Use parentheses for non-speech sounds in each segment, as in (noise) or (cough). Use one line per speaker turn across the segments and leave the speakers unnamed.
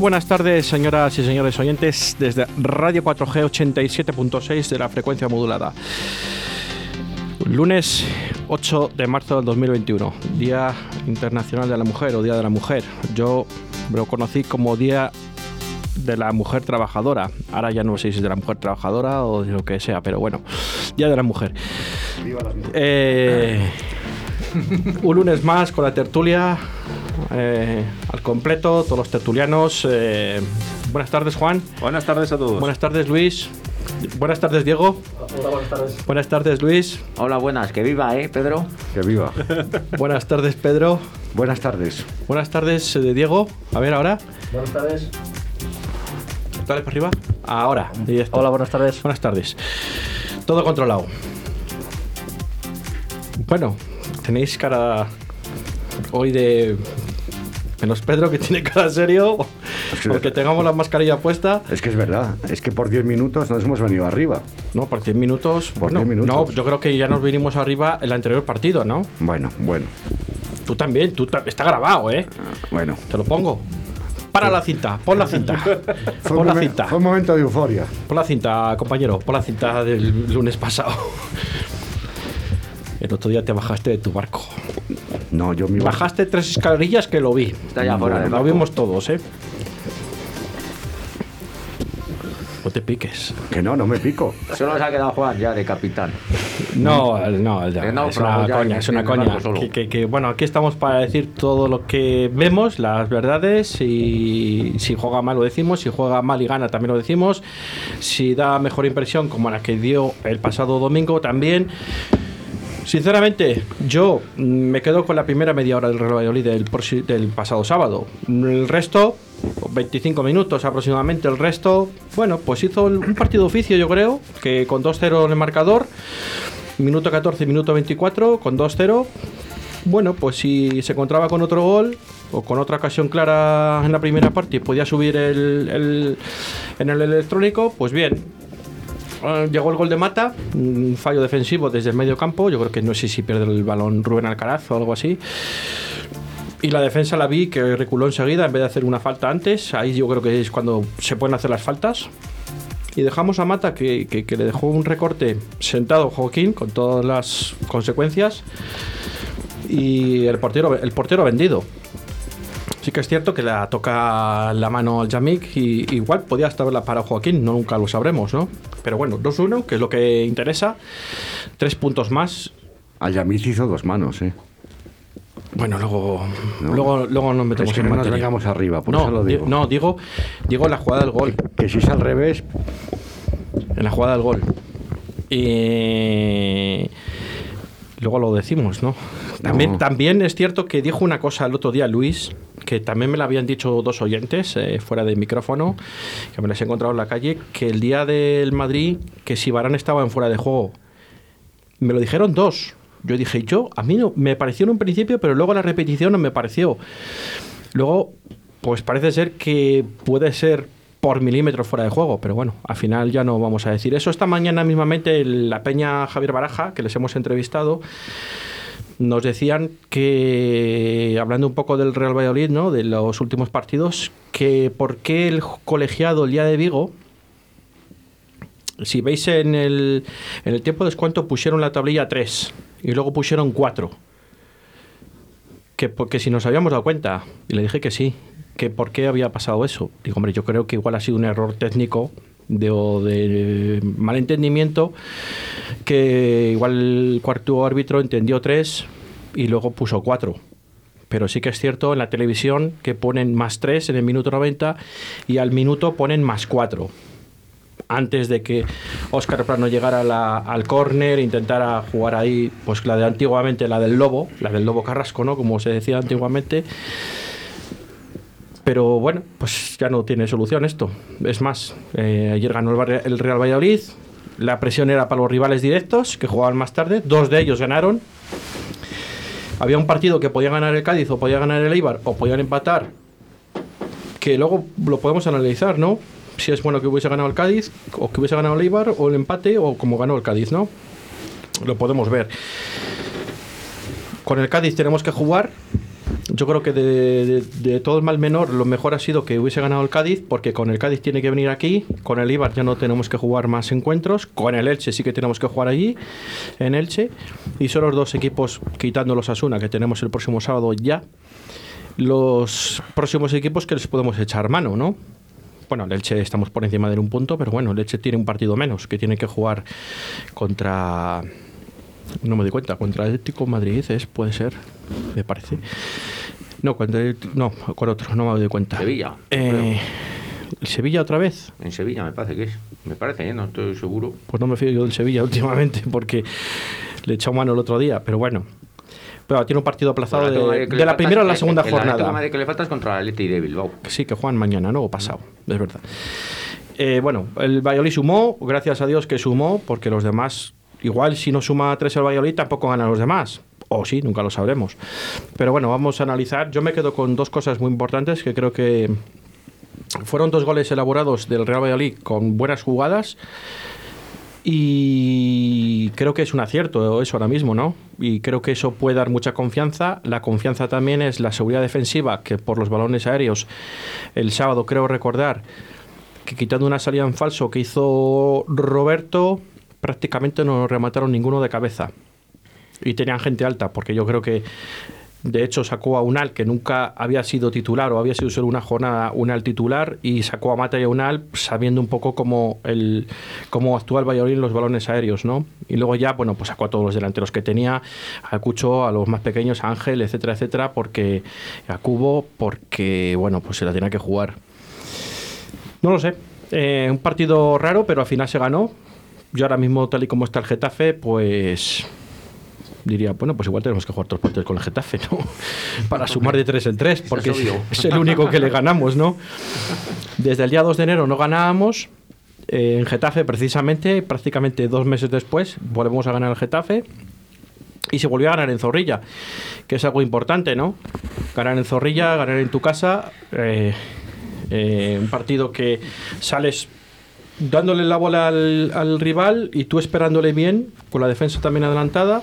buenas tardes, señoras y señores oyentes, desde Radio 4G 87.6 de la frecuencia modulada. Lunes 8 de marzo del 2021, Día Internacional de la Mujer o Día de la Mujer. Yo lo conocí como Día de la Mujer Trabajadora. Ahora ya no sé si es de la Mujer Trabajadora o de lo que sea, pero bueno, Día de la Mujer. Eh, un lunes más con la tertulia eh, al completo, todos los tertulianos. eh, buenas tardes, Juan.
Buenas tardes a todos.
Buenas tardes, Luis. Buenas tardes, Diego. buenas tardes. Luis.
Hola, buenas, que viva, ¿eh, Pedro?
Que
(laughs)
viva.
Buenas tardes, Pedro.
Buenas tardes.
Buenas tardes, eh, Diego. A ver, ahora.
Buenas tardes.
Dale para arriba. Ahora. y ya está.
Hola, buenas tardes.
Buenas tardes. Todo controlado. Bueno, tenéis cara hoy de... Menos Pedro, que tiene cara serio,
Sí.
porque tengamos la mascarilla puesta.
Es que es verdad, es que por 10 minutos nos hemos venido arriba.
No, por 10 minutos.
Por
bueno,
10 minutos.
No, yo creo que ya nos vinimos arriba el anterior partido, ¿no?
Bueno, bueno,
Tú también, tú ta- está grabado, ¿eh?
bueno.
Te lo pongo. Para la cinta, pon la
(laughs)
cinta.
Fue un,
Pon la
momen-
cinta.
fue un momento de euforia.
Por la cinta, compañero, por la cinta del lunes pasado. El otro día te bajaste de tu barco.
No, yo me
Bajaste tres escalerillas que lo vi.
Está ya fuera del
Lo
barco.
vimos todos, ¿eh? No te piques.
Que no, no me pico.
Solo se ha quedado Juan ya de capitán.
No, no, ya,
Que no,
es una
pero ya
coña,
que
es una
estoy en el
coña.
barco solo.
Que, que- que, bueno, aquí estamos para decir todo lo que vemos, las verdades, y si juega mal lo decimos, si juega mal y gana también lo decimos, si da mejor impresión como la que dio el pasado domingo también. Sinceramente, yo mm, me quedo con la primera media hora del Real Valladolid del, prosi- del pasado sábado. El resto, 25 minutos aproximadamente, el resto, bueno, pues hizo el- un partido de oficio, yo creo, que con 2-0 en el marcador, minuto 14, minuto 24, con 2-0. Bueno, pues si se encontraba con otro gol o con otra ocasión clara en la primera parte y podía subir el- el, en el electrónico, pues bien, eh, Llegó el gol de Mata, un fallo defensivo desde el medio campo. Yo creo que no sé si pierde el balón Rubén Alcaraz o algo así. Y la defensa la vi que reculó enseguida en vez de hacer una falta antes. Ahí yo creo que es cuando se pueden hacer las faltas. Y dejamos a Mata que, que- que le dejó un recorte sentado Joaquín con todas las consecuencias. Y el portero, el portero vendido. Sí que es cierto que la toca la mano al Yamik y igual podía hasta haberla para Joaquín, no nunca lo sabremos, ¿no? Pero bueno, 2-1, que es lo que interesa. Tres puntos más.
Al Yamil hizo dos manos, ¿eh?
Bueno, luego,
No.
luego, luego nos metemos
Es que
en
no nos
materia.
vengamos arriba, por
no,
eso lo
di-
digo.
no, digo, digo la jugada del gol.
Que si es al revés,
En la jugada del gol. Eh, Luego lo decimos, ¿no? También,
No.
también es cierto que dijo una cosa el otro día Luis, que también me la habían dicho dos oyentes eh, fuera de micrófono, que me las he encontrado en la calle, que el día del Madrid, que si Barán estaba en fuera de juego. Me lo dijeron dos. Yo dije, yo, a mí no, me pareció en un principio, pero luego la repetición no me pareció. Luego, pues parece ser que puede ser por milímetros fuera de juego, pero bueno, al final ya no vamos a decir eso. Esta mañana mismamente el- la peña Javier Baraja, que les hemos entrevistado, nos decían que, hablando un poco del Real Valladolid, ¿no? de los últimos partidos, que por qué el colegiado el día de Vigo, si veis en el, en el tiempo de descuento pusieron la tablilla 3 y luego pusieron 4 que porque si nos habíamos dado cuenta, y le dije que sí, que por qué había pasado eso. Digo, hombre, yo creo que igual ha sido un error técnico de, o de malentendimiento, que igual el cuarto árbitro entendió tres y luego puso cuatro. Pero sí que es cierto en la televisión que ponen más tres en el minuto 90 y al minuto ponen más cuatro antes de que Óscar Plano llegara a la- al córner, intentara jugar ahí, pues la de antiguamente, la del Lobo, la del Lobo Carrasco, ¿no? Como se decía antiguamente. Pero bueno, pues ya no tiene solución esto. Es más, eh, ayer ganó el, Barre- el Real Valladolid, la presión era para los rivales directos, que jugaban más tarde, dos de ellos ganaron. Había un partido que podía ganar el Cádiz o podía ganar el Eibar o podían empatar que luego lo podemos analizar, ¿no? Si es bueno que hubiese ganado el Cádiz, o que hubiese ganado el Eibar, o el empate, o como ganó el Cádiz, ¿no? Lo podemos ver. Con el Cádiz tenemos que jugar. yo creo que de, de- de todo el mal menor, lo mejor ha sido que hubiese ganado el Cádiz, porque con el Cádiz tiene que venir aquí, con el Ibar ya no tenemos que jugar más encuentros, con el Elche sí que tenemos que jugar allí, en Elche, y son los dos equipos, quitando los Asuna, que tenemos el próximo sábado ya, los próximos equipos que les podemos echar mano, ¿no? Bueno, el Elche estamos por encima de él un punto, pero bueno, el Elche tiene un partido menos, que tiene que jugar contra... No me di cuenta, contra Atlético Madrid es, puede ser, me parece. No, contra el- no, con otro, no me doy cuenta.
Sevilla,
Eh, ¿el Sevilla otra vez?
En Sevilla me parece que es. Me parece, ¿eh? no estoy seguro.
Pues no me fío yo del Sevilla (laughs) últimamente porque le he echado mano el otro día, pero bueno. Pero tiene un partido aplazado
Bueno,
de,
Atlético de Madrid que
de
le
la
falta
primera a la
es-
segunda
el Atlético de
jornada.
Madrid que le falta es contra el Atleti de Bilbao.
Que Sí, que juegan mañana, ¿no? O pasado, es verdad. Eh, bueno, el Valladolid sumó, gracias a Dios que sumó, porque los demás, igual si no suma tres el Valladolid, tampoco ganan los demás. O sí, nunca lo sabremos. Pero bueno, vamos a analizar. Yo me quedo con dos cosas muy importantes que creo que fueron dos goles elaborados del Real Valladolid con buenas jugadas. Y creo que es un acierto eso ahora mismo, ¿no? Y creo que eso puede dar mucha confianza. La confianza también es la seguridad defensiva, que por los balones aéreos el sábado creo recordar que quitando una salida en falso que hizo Roberto, prácticamente no remataron ninguno de cabeza. Y tenían gente alta, porque yo creo que de hecho sacó a Unal, que nunca había sido titular o había sido solo una jornada Unal titular, y sacó a Mata y a Unal sabiendo un poco cómo, el, cómo actúa el Valladolid en los balones aéreos, ¿no? Y luego ya, bueno, pues sacó a todos los delanteros que tenía, a Cucho, a los más pequeños, a Ángel, etcétera, etcétera, porque a Cubo, porque, bueno, pues se la tenía que jugar. No lo sé. Eh, un partido raro, pero al final se ganó. Yo ahora mismo, tal y como está el Getafe, pues diría, bueno, pues igual tenemos que jugar tres partidos con el Getafe, ¿no? (laughs) Para sumar de tres en tres, porque es,
obvio.
(laughs) es el único que le ganamos, ¿no? Desde el día 2 de enero no ganábamos. Eh, en Getafe, precisamente, prácticamente dos meses después, volvemos a ganar el Getafe. Y se volvió a ganar en Zorrilla, que es algo importante, ¿no? Ganar en Zorrilla, ganar en tu casa. eh, eh, un partido que sales dándole la bola al, al rival y tú esperándole bien, con la defensa también adelantada.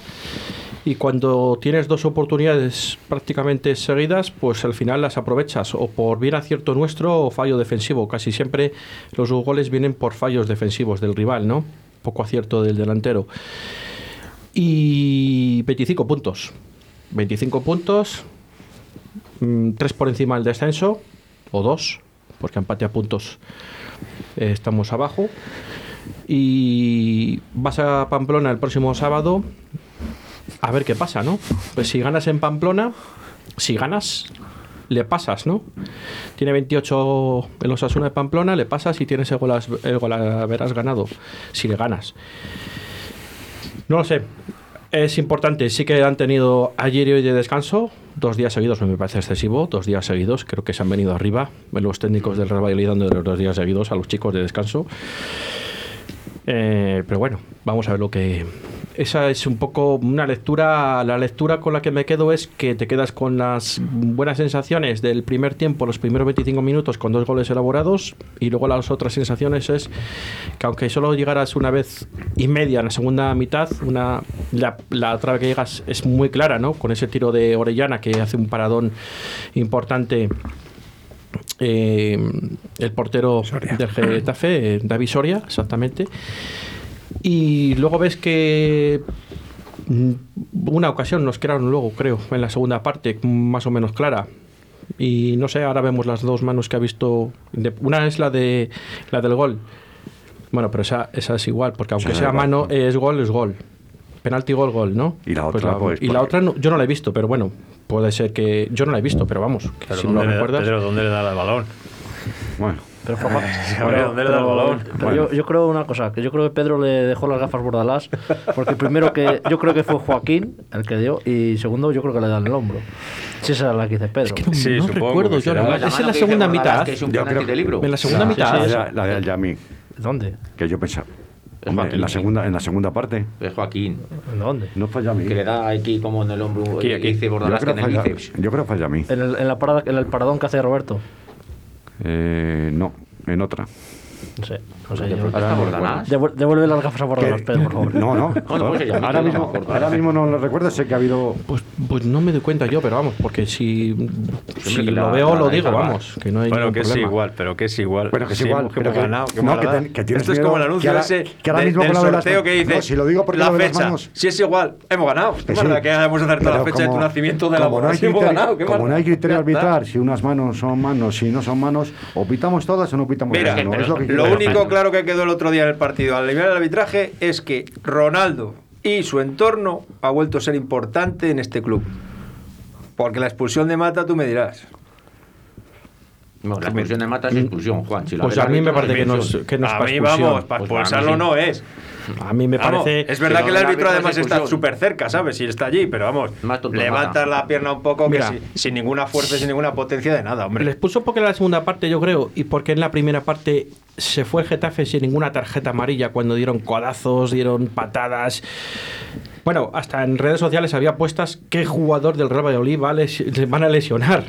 Y cuando tienes dos oportunidades prácticamente seguidas, pues al final las aprovechas, o por bien acierto nuestro o fallo defensivo. Casi siempre los dos goles vienen por fallos defensivos del rival, ¿no? Poco acierto del delantero. Y 25 puntos. 25 puntos, 3 por encima del descenso, o 2, porque empate a puntos eh, estamos abajo. Y vas a Pamplona el próximo sábado a ver qué pasa, ¿no? Pues si ganas en Pamplona, si ganas, le pasas, ¿no? Tiene 28 en los Asuna de Pamplona, le pasas y tienes el gol, el gol haberás ganado, si le ganas. No lo sé. Es importante, sí que han tenido ayer y hoy de descanso, dos días seguidos, no me parece excesivo, dos días seguidos, creo que se han venido arriba, los técnicos del Real Valladolid dando los dos días seguidos a los chicos de descanso. Eh, pero bueno, vamos a ver lo que... Esa es un poco una lectura, la lectura con la que me quedo es que te quedas con las buenas sensaciones del primer tiempo, los primeros 25 minutos con dos goles elaborados y luego las otras sensaciones es que aunque solo llegaras una vez y media en la segunda mitad, una, la, la otra vez que llegas es muy clara, ¿no? Con ese tiro de Orellana que hace un paradón importante eh, el portero del Getafe, eh, David Soria, exactamente. Y luego ves que mm, una ocasión nos crearon luego, creo, en la segunda parte, más o menos clara. Y no sé, ahora vemos las dos manos que ha visto. de- Una es la de la del gol. Bueno, pero esa, esa es igual, porque aunque
Sí,
sea
igual.
mano, es gol, es gol. Penalti, gol, gol, ¿no?
Y la otra, pues,
y la
por-
otra no- yo no la he visto, pero bueno, puede ser que. Yo no la he visto, pero vamos, que
Pero
si no
¿dónde
lo
le da-
recuerdas.
Pedro, ¿dónde le da el balón?
Bueno,
(laughs)
Pero, por favor.
Hombre, ¿dónde le da el
Pero-
balón?
pero yo, yo creo una cosa, que yo creo que Pedro le dejó las gafas bordalás, porque primero que yo creo que fue Joaquín el que dio, y segundo yo creo que le dan el hombro. Si esa es la que dice Pedro.
Que no,
Sí,
no
supongo
recuerdo
que
yo.
será.
la-
La
Esa es
mano
la
que
segunda
dice Bordalás,
mitad.
Que es un
Yo
penalti
creo-
de libro.
En la segunda
la-
mitad.
sí, la, la del Yamí,
¿Dónde?
que yo pensaba. Hombre, en la segunda, en la segunda parte.
Es Joaquín,
¿En dónde?
No fue Yamí.
que le da aquí como en el hombro,
Aquí,
aquí,
aquí.
dice
Yo
Bordalás que
creo
en el
falla-
bíceps.
yo creo falla a mí.
En el, en la parada, en el paradón que hace Roberto.
Eh, no, en otra.
No sé, no sé.
¿De
yo-
pronto está Bordalás?
Devue- Devuelve las gafas a Bordalás,
Que-
Pedro, por favor.
(laughs)
No, no.
No, no, pues ya me
ahora,
quedo
mismo,
mejor.
ahora mismo no lo recuerdo, sé que ha habido.
Pues, pues no me doy cuenta yo, pero vamos, porque si, si lo
que la-
veo,
la
lo
analiza
digo,
más.
vamos, que no hay
Bueno,
ningún
que es
problema.
igual, pero que es igual.
Bueno, que es
Sí,
igual,
que
pero
hemos
que-
ganado, que
no,
hemos
que
ganado.
ten- que tienes
Esto es
miedo-
como el anuncio
que ahora-
ese
que ahora
de-
mismo
del
con lo de las-
sorteo que dice
no, si lo digo porque
la
lo de las
fecha.
manos.
Si es igual, hemos ganado.
Que
¿Qué más da
sí.
que hemos acertado la
Pero
fecha de tu
como-
nacimiento de la
como no
boda? (laughs)
hay
Si hemos
criterio-
ganado, ¿qué más
Como
da?
no hay criterio
Ya está.
arbitrar, si unas manos son manos, si no son manos, o pitamos todas o no pitamos
Mira,
nada, pues no, es lo, que
lo
quiero.
único claro que quedó el otro día en el partido al nivel del arbitraje es que Ronaldo y su entorno ha vuelto a ser importante en este club. Porque la expulsión de Mata, tú me dirás.
No, la expulsión de Mata es expulsión, Juan. Si la
Pues
ve
a
el
mí me
árbitro,
parece que no es,
expulsión.
que no es
a
para
mí,
expulsión.
vamos, para
Pues para
expulsarlo
mí sí.
no es.
A mí me
Vamos,
parece...
es verdad
pero
que el
el
árbitro
árbitro
además
es
está
expulsión.
súper cerca, ¿sabes? Si está allí, pero vamos,
Más tonto
levanta
mata.
la pierna un poco que
Mira.
sí, sin ninguna fuerza, y sin ninguna potencia de nada, hombre.
Les puso porque era la segunda parte, yo creo, y porque en la primera parte se fue el Getafe sin ninguna tarjeta amarilla cuando dieron codazos, dieron patadas. Bueno, hasta en redes sociales había apuestas qué jugador del Real Valladolid va a les- le van a lesionar.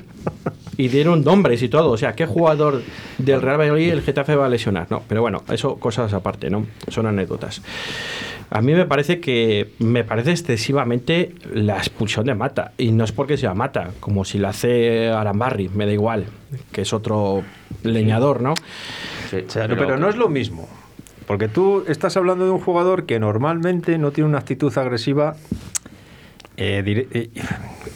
Y dieron nombres y todo. O sea, qué jugador del Real Valladolid el Getafe va a lesionar. No, pero bueno, eso cosas aparte, ¿no? Son anécdotas. A mí me parece que me parece excesivamente la expulsión de Mata. Y no es porque sea Mata, como si la hace Arambarri, me da igual, que es otro leñador, ¿no?
Sí,
O sea, no, pero no es lo mismo. Porque tú estás hablando de un jugador que normalmente no tiene una actitud agresiva eh, dire- eh,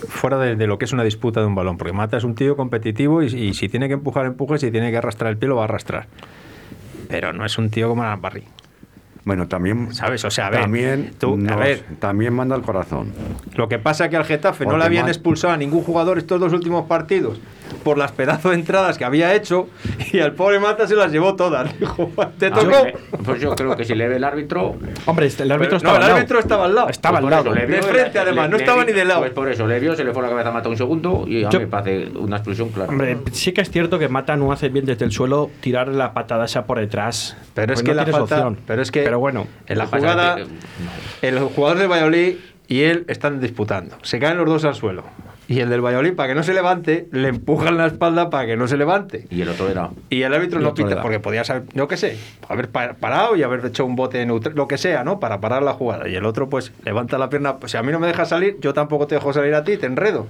fuera de, de lo que es una disputa de un balón. Porque Mata es un tío competitivo y, y si tiene que empujar, empuje. Si tiene que arrastrar el pie, lo va a arrastrar. Pero no es un tío como Barry.
Bueno, también.
¿Sabes? O sea, a ver,
También,
tú- a
nos-
ver.
también manda el corazón.
Lo que pasa que al Getafe no
Porque
le habían
Ma-
expulsado a ningún jugador estos dos últimos partidos por las pedazo de entradas que había hecho (laughs) y al pobre Mata se las llevó todas. (laughs) Dijo, te
Ah, yo-
tocó.
Pues yo creo que si le ve el árbitro.
Hombre, este- el árbitro estaba
Pero- no, el
al lado.
árbitro estaba al lado.
Estaba
pues
al
por
lado.
eso, le
De
vio-
frente,
le-
además,
le-
no
le
estaba
vi-
ni de lado.
Pues por eso, le vio, se le fue la cabeza mata un segundo y a mí
Yo-
me parece una expulsión clara.
Hombre, sí que es cierto que Mata no hace bien desde el suelo tirar la patada esa por detrás.
Pero es
Pues
que
no
la
tienes
falta-
opción.
pero es que-
Pero bueno,
En la
Lo que pasa
jugada,
es que-
el jugador del Valladolid y él están disputando. Se caen los dos al suelo. Y el del Valladolid, para que no se levante, le empujan la espalda para que no se levante.
Y el otro era.
Y el árbitro
Y
no
otro le
pita,
da.
porque podía saber, yo qué sé, haber pa- parado y haber hecho un bote neutral, lo que sea, ¿no? Para parar la jugada. Y el otro, pues, levanta la pierna. Si a mí no me deja salir, yo tampoco te dejo salir a ti, te enredo.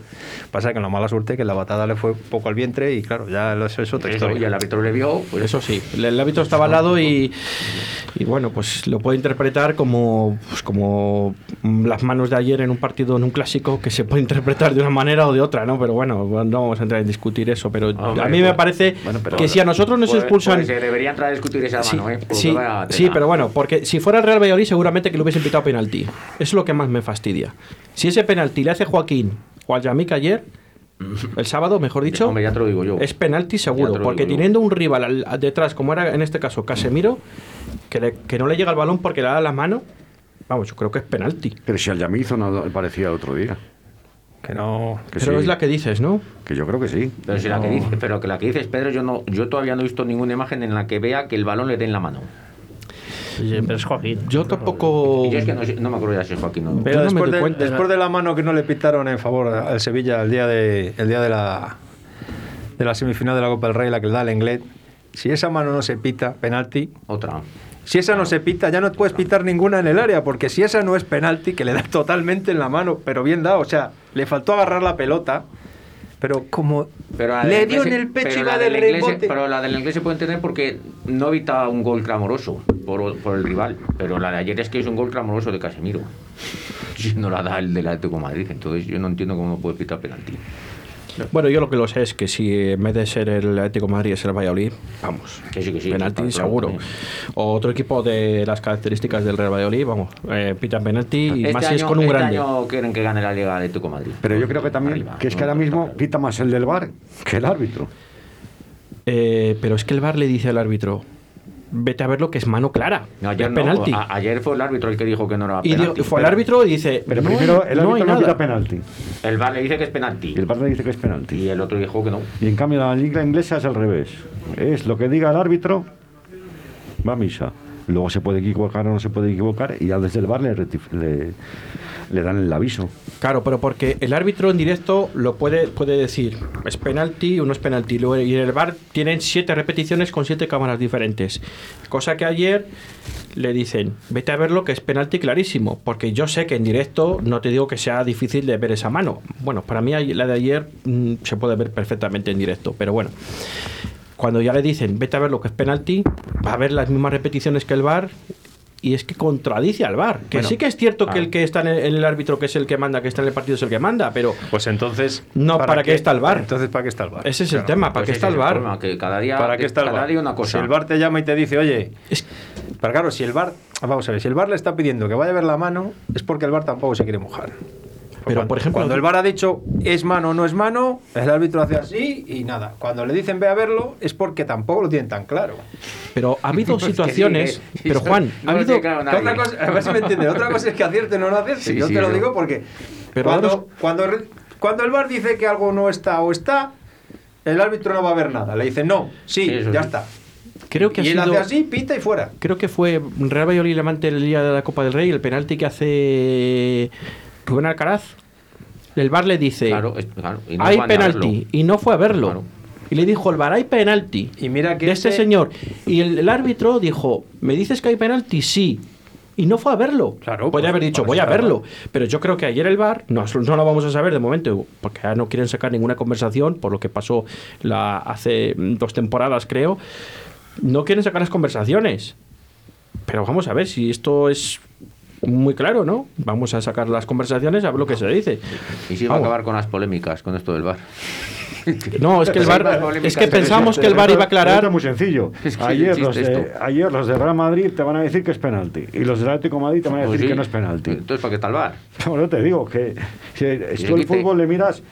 Pasa que la mala suerte que la batada le fue un poco al vientre y, claro, ya lo- eso es otra
Eso, y
historia.
el árbitro le vio. Pues
Eso sí, el- el árbitro estaba al lado y, y bueno, pues lo puede interpretar como, pues como mm, las manos de ayer en un partido, en un clásico, que se puede interpretar de una manera o de otra, ¿no? Pero bueno, no vamos a entrar en discutir eso, pero
Hombre,
a mí me
pues-
parece
Ah, bueno, pero-
que si a nosotros nos
Pues-
expulsan...
pues se debería entrar a discutir esa
Sí,
mano, ¿eh? Porque
sí,
vaya
sí,
tela.
pero bueno, porque si fuera el Real Valladolid seguramente que le hubiesen pitado penalti. Es lo que más me fastidia. Si ese penalti le hace Joaquín o al Yamik ayer, el sábado, mejor dicho,
Hombre, ya te lo digo yo.
es penalti
Ya
seguro.
te lo
Porque
digo yo.
teniendo un rival al- a- detrás, como era en este caso Casemiro, que, le- que no le llega el balón porque le da la mano, vamos, yo creo que es penalti.
Pero si al Yami hizo nada parecía el otro día.
Que no.
Que
pero
sí,
es la que dices, ¿no?
que yo creo que sí.
Pero, si la que dice, pero que la que dices, Pedro, yo no, yo todavía no he visto ninguna imagen en la que vea que el balón le dé en la mano.
Sí, pero es Joaquín.
Yo tampoco.
Yo es que no, sé- no me acuerdo ya si es Joaquín o no.
Oh. Pero
Pero
no me
después,
doy
de,
cuenta.
después de la mano que no le pitaron en favor al Sevilla el día de, el día de la de la semifinal de la Copa del Rey, la que le da el Englet, si esa mano no se pita, penalti.
Otra.
Si esa no se pita, ya no puedes pitar ninguna en el área, porque si esa no es penalti, que le da (laughs) totalmente en la mano, pero bien dado, o sea, le faltó agarrar la pelota, pero como
Pero la
le
del
dio en
inglés-
el pecho
pero
y
la
va del
del inglés-
rebote.
Pero la del inglés se puede entender porque no evita un gol clamoroso por, por el rival. Pero la de ayer es que es un gol clamoroso de Casemiro. (laughs) Si no la da el del Atlético de Madrid. Entonces yo no entiendo cómo puede pitar penalti.
Bueno, yo lo que lo sé es que si en vez de ser el Atlético de Madrid es el Valladolid, vamos,
Que sí, que sí,
penalti
que está claro
seguro.
también.
O otro equipo de las características del Real Valladolid, vamos, eh, pitan penalti y
Este
más si
año-
es con un
este
grande.
año quieren que gane la Liga Atlético de Madrid.
Pero yo creo que también
Arriba,
que es que
no,
ahora
no,
mismo
no, no.
pita más el del bar que el árbitro.
Eh, pero es que el VAR le dice al árbitro, vete a ver lo que es mano clara,
No,
que
ayer,
es
no, Ah,
penalti.
a- ayer fue el árbitro el que dijo que no era
y
penalti.
digo- fue al árbitro y dice,
Pero
"No
primero
hay-
el
no hay
árbitro no, pita
nada".
penalti.
El VAR le dice que es
Y
penalti.
el bar le dice que es
Y
penalti.
el otro dijo que no.
Y en cambio la liga inglesa es al revés. Es lo que diga el árbitro, va a misa. Luego se puede equivocar o no se puede equivocar y ya desde el bar le, rectif- le- le dan el aviso.
Claro, pero porque el árbitro en directo lo puede, puede decir, es penalti o no es penalti. Luego, Y en el bar tienen siete repeticiones con siete cámaras diferentes. Cosa que ayer le dicen, vete a verlo que es penalti clarísimo. Porque yo sé que en directo no te digo que sea difícil de ver esa mano. Bueno, para mí la de ayer mm, se puede ver perfectamente en directo, pero bueno cuando ya le dicen, vete a ver lo que es penalti, va a ver las mismas repeticiones que el VAR. Y es que contradice al VAR. Que
Bueno,
sí que es cierto que
ah.
el que está en el, en el árbitro, que es el que manda, que está en el partido, es el que manda, pero
Pues entonces.
No, ¿para qué está el VAR?
Entonces, ¿para qué está el bar?
ese es el tema. ¿Para
Pues
qué
ese
está
es
el VAR?
problema, que cada día,
¿Para qué está el
cada
bar?
día una cosa.
Si el bar te llama y te dice, oye.
Es-
Pero claro, si el bar. Vamos a ver, si el bar le está pidiendo que vaya a ver la mano, es porque el bar tampoco se quiere mojar.
Pero,
Cuando-
por ejemplo,
Cuando el bar ha dicho es mano o no es mano, el árbitro hace así y nada. Cuando le dicen ve a verlo, es porque tampoco lo tienen tan claro.
Pero ha
(laughs)
habido
Pues que
situaciones.
sí, eh.
Pero Juan,
No
ha
lo
habido.
tiene claro nadie.
Otra cosa, a ver si me entiendes. Otra cosa es que aciertes o no lo aciertes.
Sí,
Yo
sí,
te lo
yo-
digo porque
Pero
cuando,
otros-
cuando, el- cuando el VAR dice que algo no está o está, el árbitro no va a ver nada. Le dice no, sí,
Sí, eso
ya
sí.
está.
Creo que ha
y él
sido.
hace así, pita y fuera.
Creo que fue Real Valladolid Levante el día de la Copa del Rey, el penalti que hace Rubén Alcaraz. El VAR le dice:
Claro, es- claro, y no
hay
van a
penalti.
verlo.
Y no fue a verlo.
Claro.
Y le dijo el VAR: hay penalti.
Y mira que
de este
ese-
señor. Y el, el árbitro dijo, ¿me dices que hay penalti? Sí. Y no fue a verlo.
Claro,
Puede
pues,
haber dicho,
por
voy
eso
a
estaba.
verlo. Pero yo creo que ayer el VAR, no, no lo vamos a saber de momento, porque ahora no quieren sacar ninguna conversación, por lo que pasó la, hace mm, dos temporadas, creo. No quieren sacar las conversaciones. Pero vamos a ver si esto es muy claro, ¿no? Vamos a sacar las conversaciones a ver lo que se dice.
Y si va a
Vamos.
acabar con las polémicas, con esto del bar.
No, es que el
Pero hay
VAR,
más polémicas,
es que
pero
pensamos
Te-
que el
te-
VAR
te-
iba a
Esto
aclarar.
es muy sencillo.
(laughs) Es que
ayer, los
existe
de,
esto.
ayer los de Real Madrid te van a decir que es penalti. Y los del Atlético de Madrid te van a decir
Pues sí. Pues
que no es penalti.
Entonces, ¿para qué está el bar?
(laughs) Bueno, te digo que si
Sí,
tú
aquí
el
te-
fútbol le miras,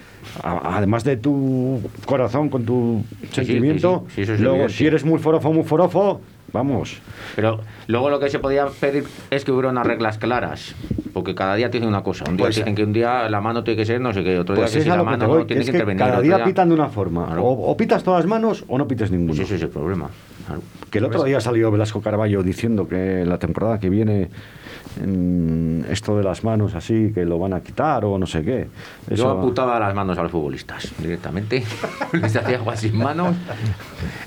a- además de tu corazón, con tu
sí,
sentimiento,
sí, sí, eso es
luego
evidente.
si eres muy forofo, muy forofo, vamos.
Pero luego lo que se podía pedir es que hubiera unas reglas claras. Porque cada día te dicen una cosa. Un día
Pues-
te dicen que un día la mano tiene que ser no sé qué, otro
Pues
día
es
que si
a
la
lo que te
mano
voy,
no
que
tiene
es
que,
que
intervenir.
cada
otro
día pitan de una forma. Oh,
Claro.
O, o pitas todas las manos o no pitas
Pues
ninguna.
ese es el problema. claro.
Que el otro día salió Velasco Carballo diciendo que la temporada que viene mm, esto de las manos así, que lo van a quitar o no sé qué. Eso-
Yo apuntaba las manos a los futbolistas
(laughs)
directamente. Les hacía agua sin manos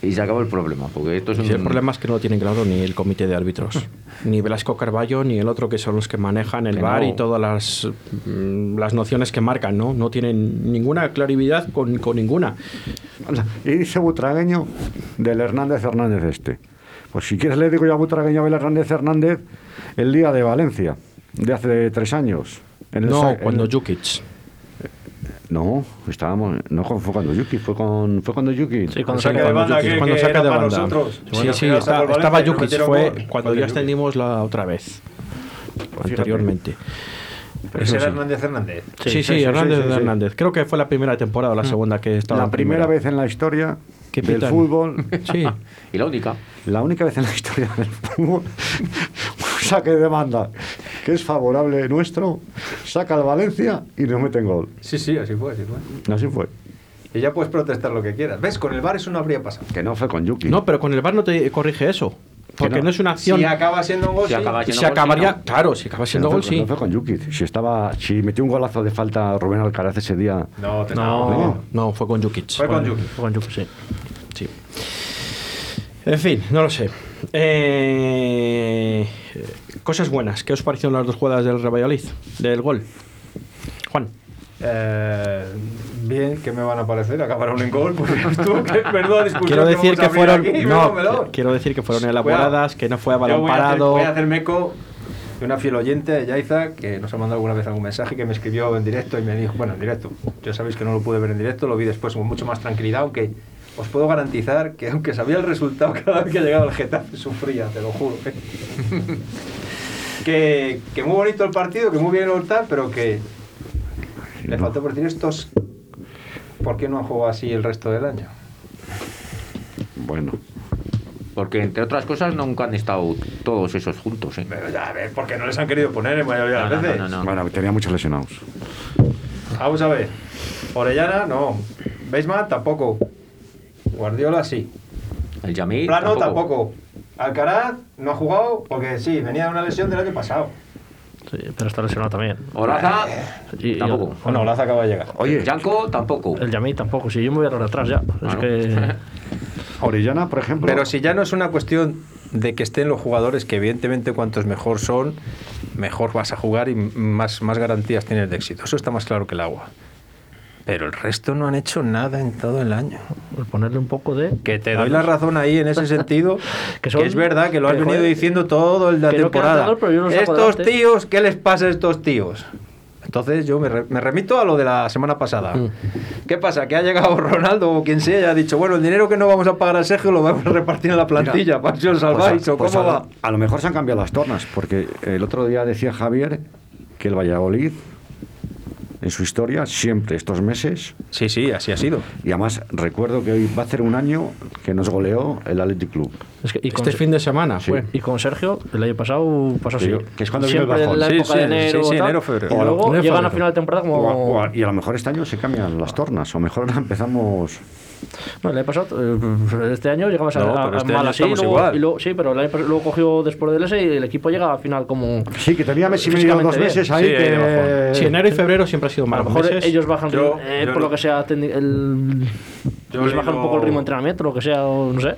y se acabó el problema. Porque esto es un
Sí, el problema es que no lo tienen claro ni el comité de árbitros, ni Velasco Carballo, ni el otro que son los que manejan el
Que
bar
no.
y todas las, mm, las nociones que marcan, ¿no? No tienen ninguna claridad con, con ninguna.
Y dice Butragueño del Hernández Hernández este. Pues si quieres le digo yo a Butragueño del Hernández Hernández el día de Valencia, de hace tres años. En el
No,
sa- en-
cuando Jukic.
No, estábamos... No con- fue cuando Yuki, fue, con, fue cuando Yuki.
Sí, cuando
saca
Sí,
de
cuando
banda,
Jukic,
que-
cuando
que
saca
era
de
para
banda.
nosotros.
Sí,
Bueno,
sí,
que
está-
sacó el Valencia
estaba
y nos
Jukic,
metieron
fue
gol.
cuando
Fue
ya
Jukic.
extendimos la otra vez, anteriormente.
Pero ese era Hernández Hernández.
Sí, sí,
sí,
Hernández
sí, sí, sí.
Hernández. Creo que fue la primera temporada o la segunda que estaba.
La
en
primera vez en la historia
Que
del
pitan.
(laughs) fútbol
Sí.
Y la única.
La única vez en la historia del fútbol, (laughs) un saque de banda que es favorable nuestro, saca al Valencia y nos meten gol.
Sí, sí, así fue, así fue.
Así fue.
Y ya puedes protestar lo que quieras. ¿Ves? Con el bar eso no habría pasado.
Que no fue con Yuki.
No, pero con el bar no te corrige eso. Porque
no.
no. es una acción.
Si acaba siendo un gol,
Si
sí.
acaba siendo
se
gol,
acabaría,
sí,
claro, si acaba
Que
siendo
no, fue,
gol, sí.
no fue con Yuki. Si, estaba, si metió un golazo de falta Rubén Alcaraz ese día.
No, te estaba
No,
jodiendo.
no, fue con Jukic.
Fue con Yuki.
Fue con Yuki, sí.
Sí. En fin, no lo sé. Eh, cosas buenas. ¿Qué os parecieron las dos jugadas del Real Valladolid? Del gol. Juan.
Eh, bien, ¿qué me van a parecer? Acabaron en gol, pues veas (laughs) tú, que perdón, disculpa.
Quiero decir que fueron.
no,
no, quiero decir que fueron elaboradas,
elaboradas,
que no fue a
Yo
balón
voy a hacer-
parado.
Voy a hacerme eco de una fiel oyente de Yaiza que nos ha mandado alguna vez algún mensaje que me escribió en directo y me dijo, bueno, en directo, yo sabéis que no lo pude ver en directo, lo vi después con mucho más tranquilidad, aunque os puedo garantizar que aunque sabía el resultado, (laughs) cada vez que llegaba el Getafe sufría, te lo juro.
(laughs)
¿eh? que, que muy bonito el partido, que muy bien el tal, pero que le faltó por decir estos... ¿Por qué no han jugado así el resto del año?
Bueno.
Porque entre otras cosas nunca han estado todos esos juntos. ¿eh?
Pero ya, A ver, porque no les han querido poner en mayoría de
No, no,
las veces.
no, no, no.
Bueno, tenía muchos lesionados.
Vamos a ver. Orellana, no. Beisman, tampoco. Guardiola, sí.
El Yamil.
Plano, tampoco. Alcaraz no ha jugado porque sí, venía de una lesión del año pasado.
Sí, pero está lesionado también.
Olaza,
Y- y-
tampoco.
Bueno, Laza acaba de llegar.
Oye,
Yanko, tampoco.
El Yamí tampoco, si yo me voy a dar atrás ya. Es
no.
(laughs)
que.
Orellana, por ejemplo.
Pero si ya no es una cuestión de que estén los jugadores, que evidentemente cuantos mejor son, mejor vas a jugar y más, más garantías tienes de éxito. Eso está más claro que el agua. Pero el resto no han hecho nada en todo el año.
Ponerle un poco de.
Que te doy la razón ahí en ese sentido.
Que
que,
son-
es verdad que lo
que,
has venido
joder,
diciendo todo el- la
que no queda
temporada.
tanto, pero yo lo saco
estos
adelante.
tíos, ¿qué les pasa a estos tíos? Entonces yo me, re- me remito a lo de la semana pasada. ¿Qué pasa? Que ha llegado Ronaldo o quien sea y ha dicho, bueno, el dinero que no vamos a pagar a Sergio lo vamos a repartir en la plantilla, para si os salváis
Pues a-
o
pues
cómo
a,
va.
a lo mejor se han cambiado las tornas, porque el otro día decía Javier que el Valladolid, en su historia, siempre estos meses,
Sí, sí, así ha sido.
y además recuerdo que hoy va a ser un año que nos goleó el Athletic Club.
Es que- y, con,
Este fin de semana
Sí.
fue.
y con Sergio, el año pasado pasó así.
Digo, que es cuando vino el
Siempre en
bajón.
la
Sí,
época de
sí, sí,
enero.
sí,
tal,
enero, febrero.
Y
O la-
luego
enero,
llegan a
febrero.
final de temporada como.
O a- o a- y a lo mejor este año se cambian las tornas, o mejor (laughs) empezamos...
No, el año pasado, eh, este año llegamos a,
No,
a-
pero este
mal
año
así,
estamos
luego-
igual.
y luego- sí, pero el año pasado- luego cogió después del S y el equipo llega al final como...
Sí, que teníamos y medio
Físicamente
dos
bien.
meses ahí
Sí, ahí
que...
Sí, enero y febrero siempre ha sido
A lo
malos
mejor
meses.
ellos bajan,
Yo-
eh,
yo
por
le-
lo que sea, tendi- el,
yo
les
le
bajan un
digo-
poco el ritmo de entrenamiento, lo que sea, o no sé.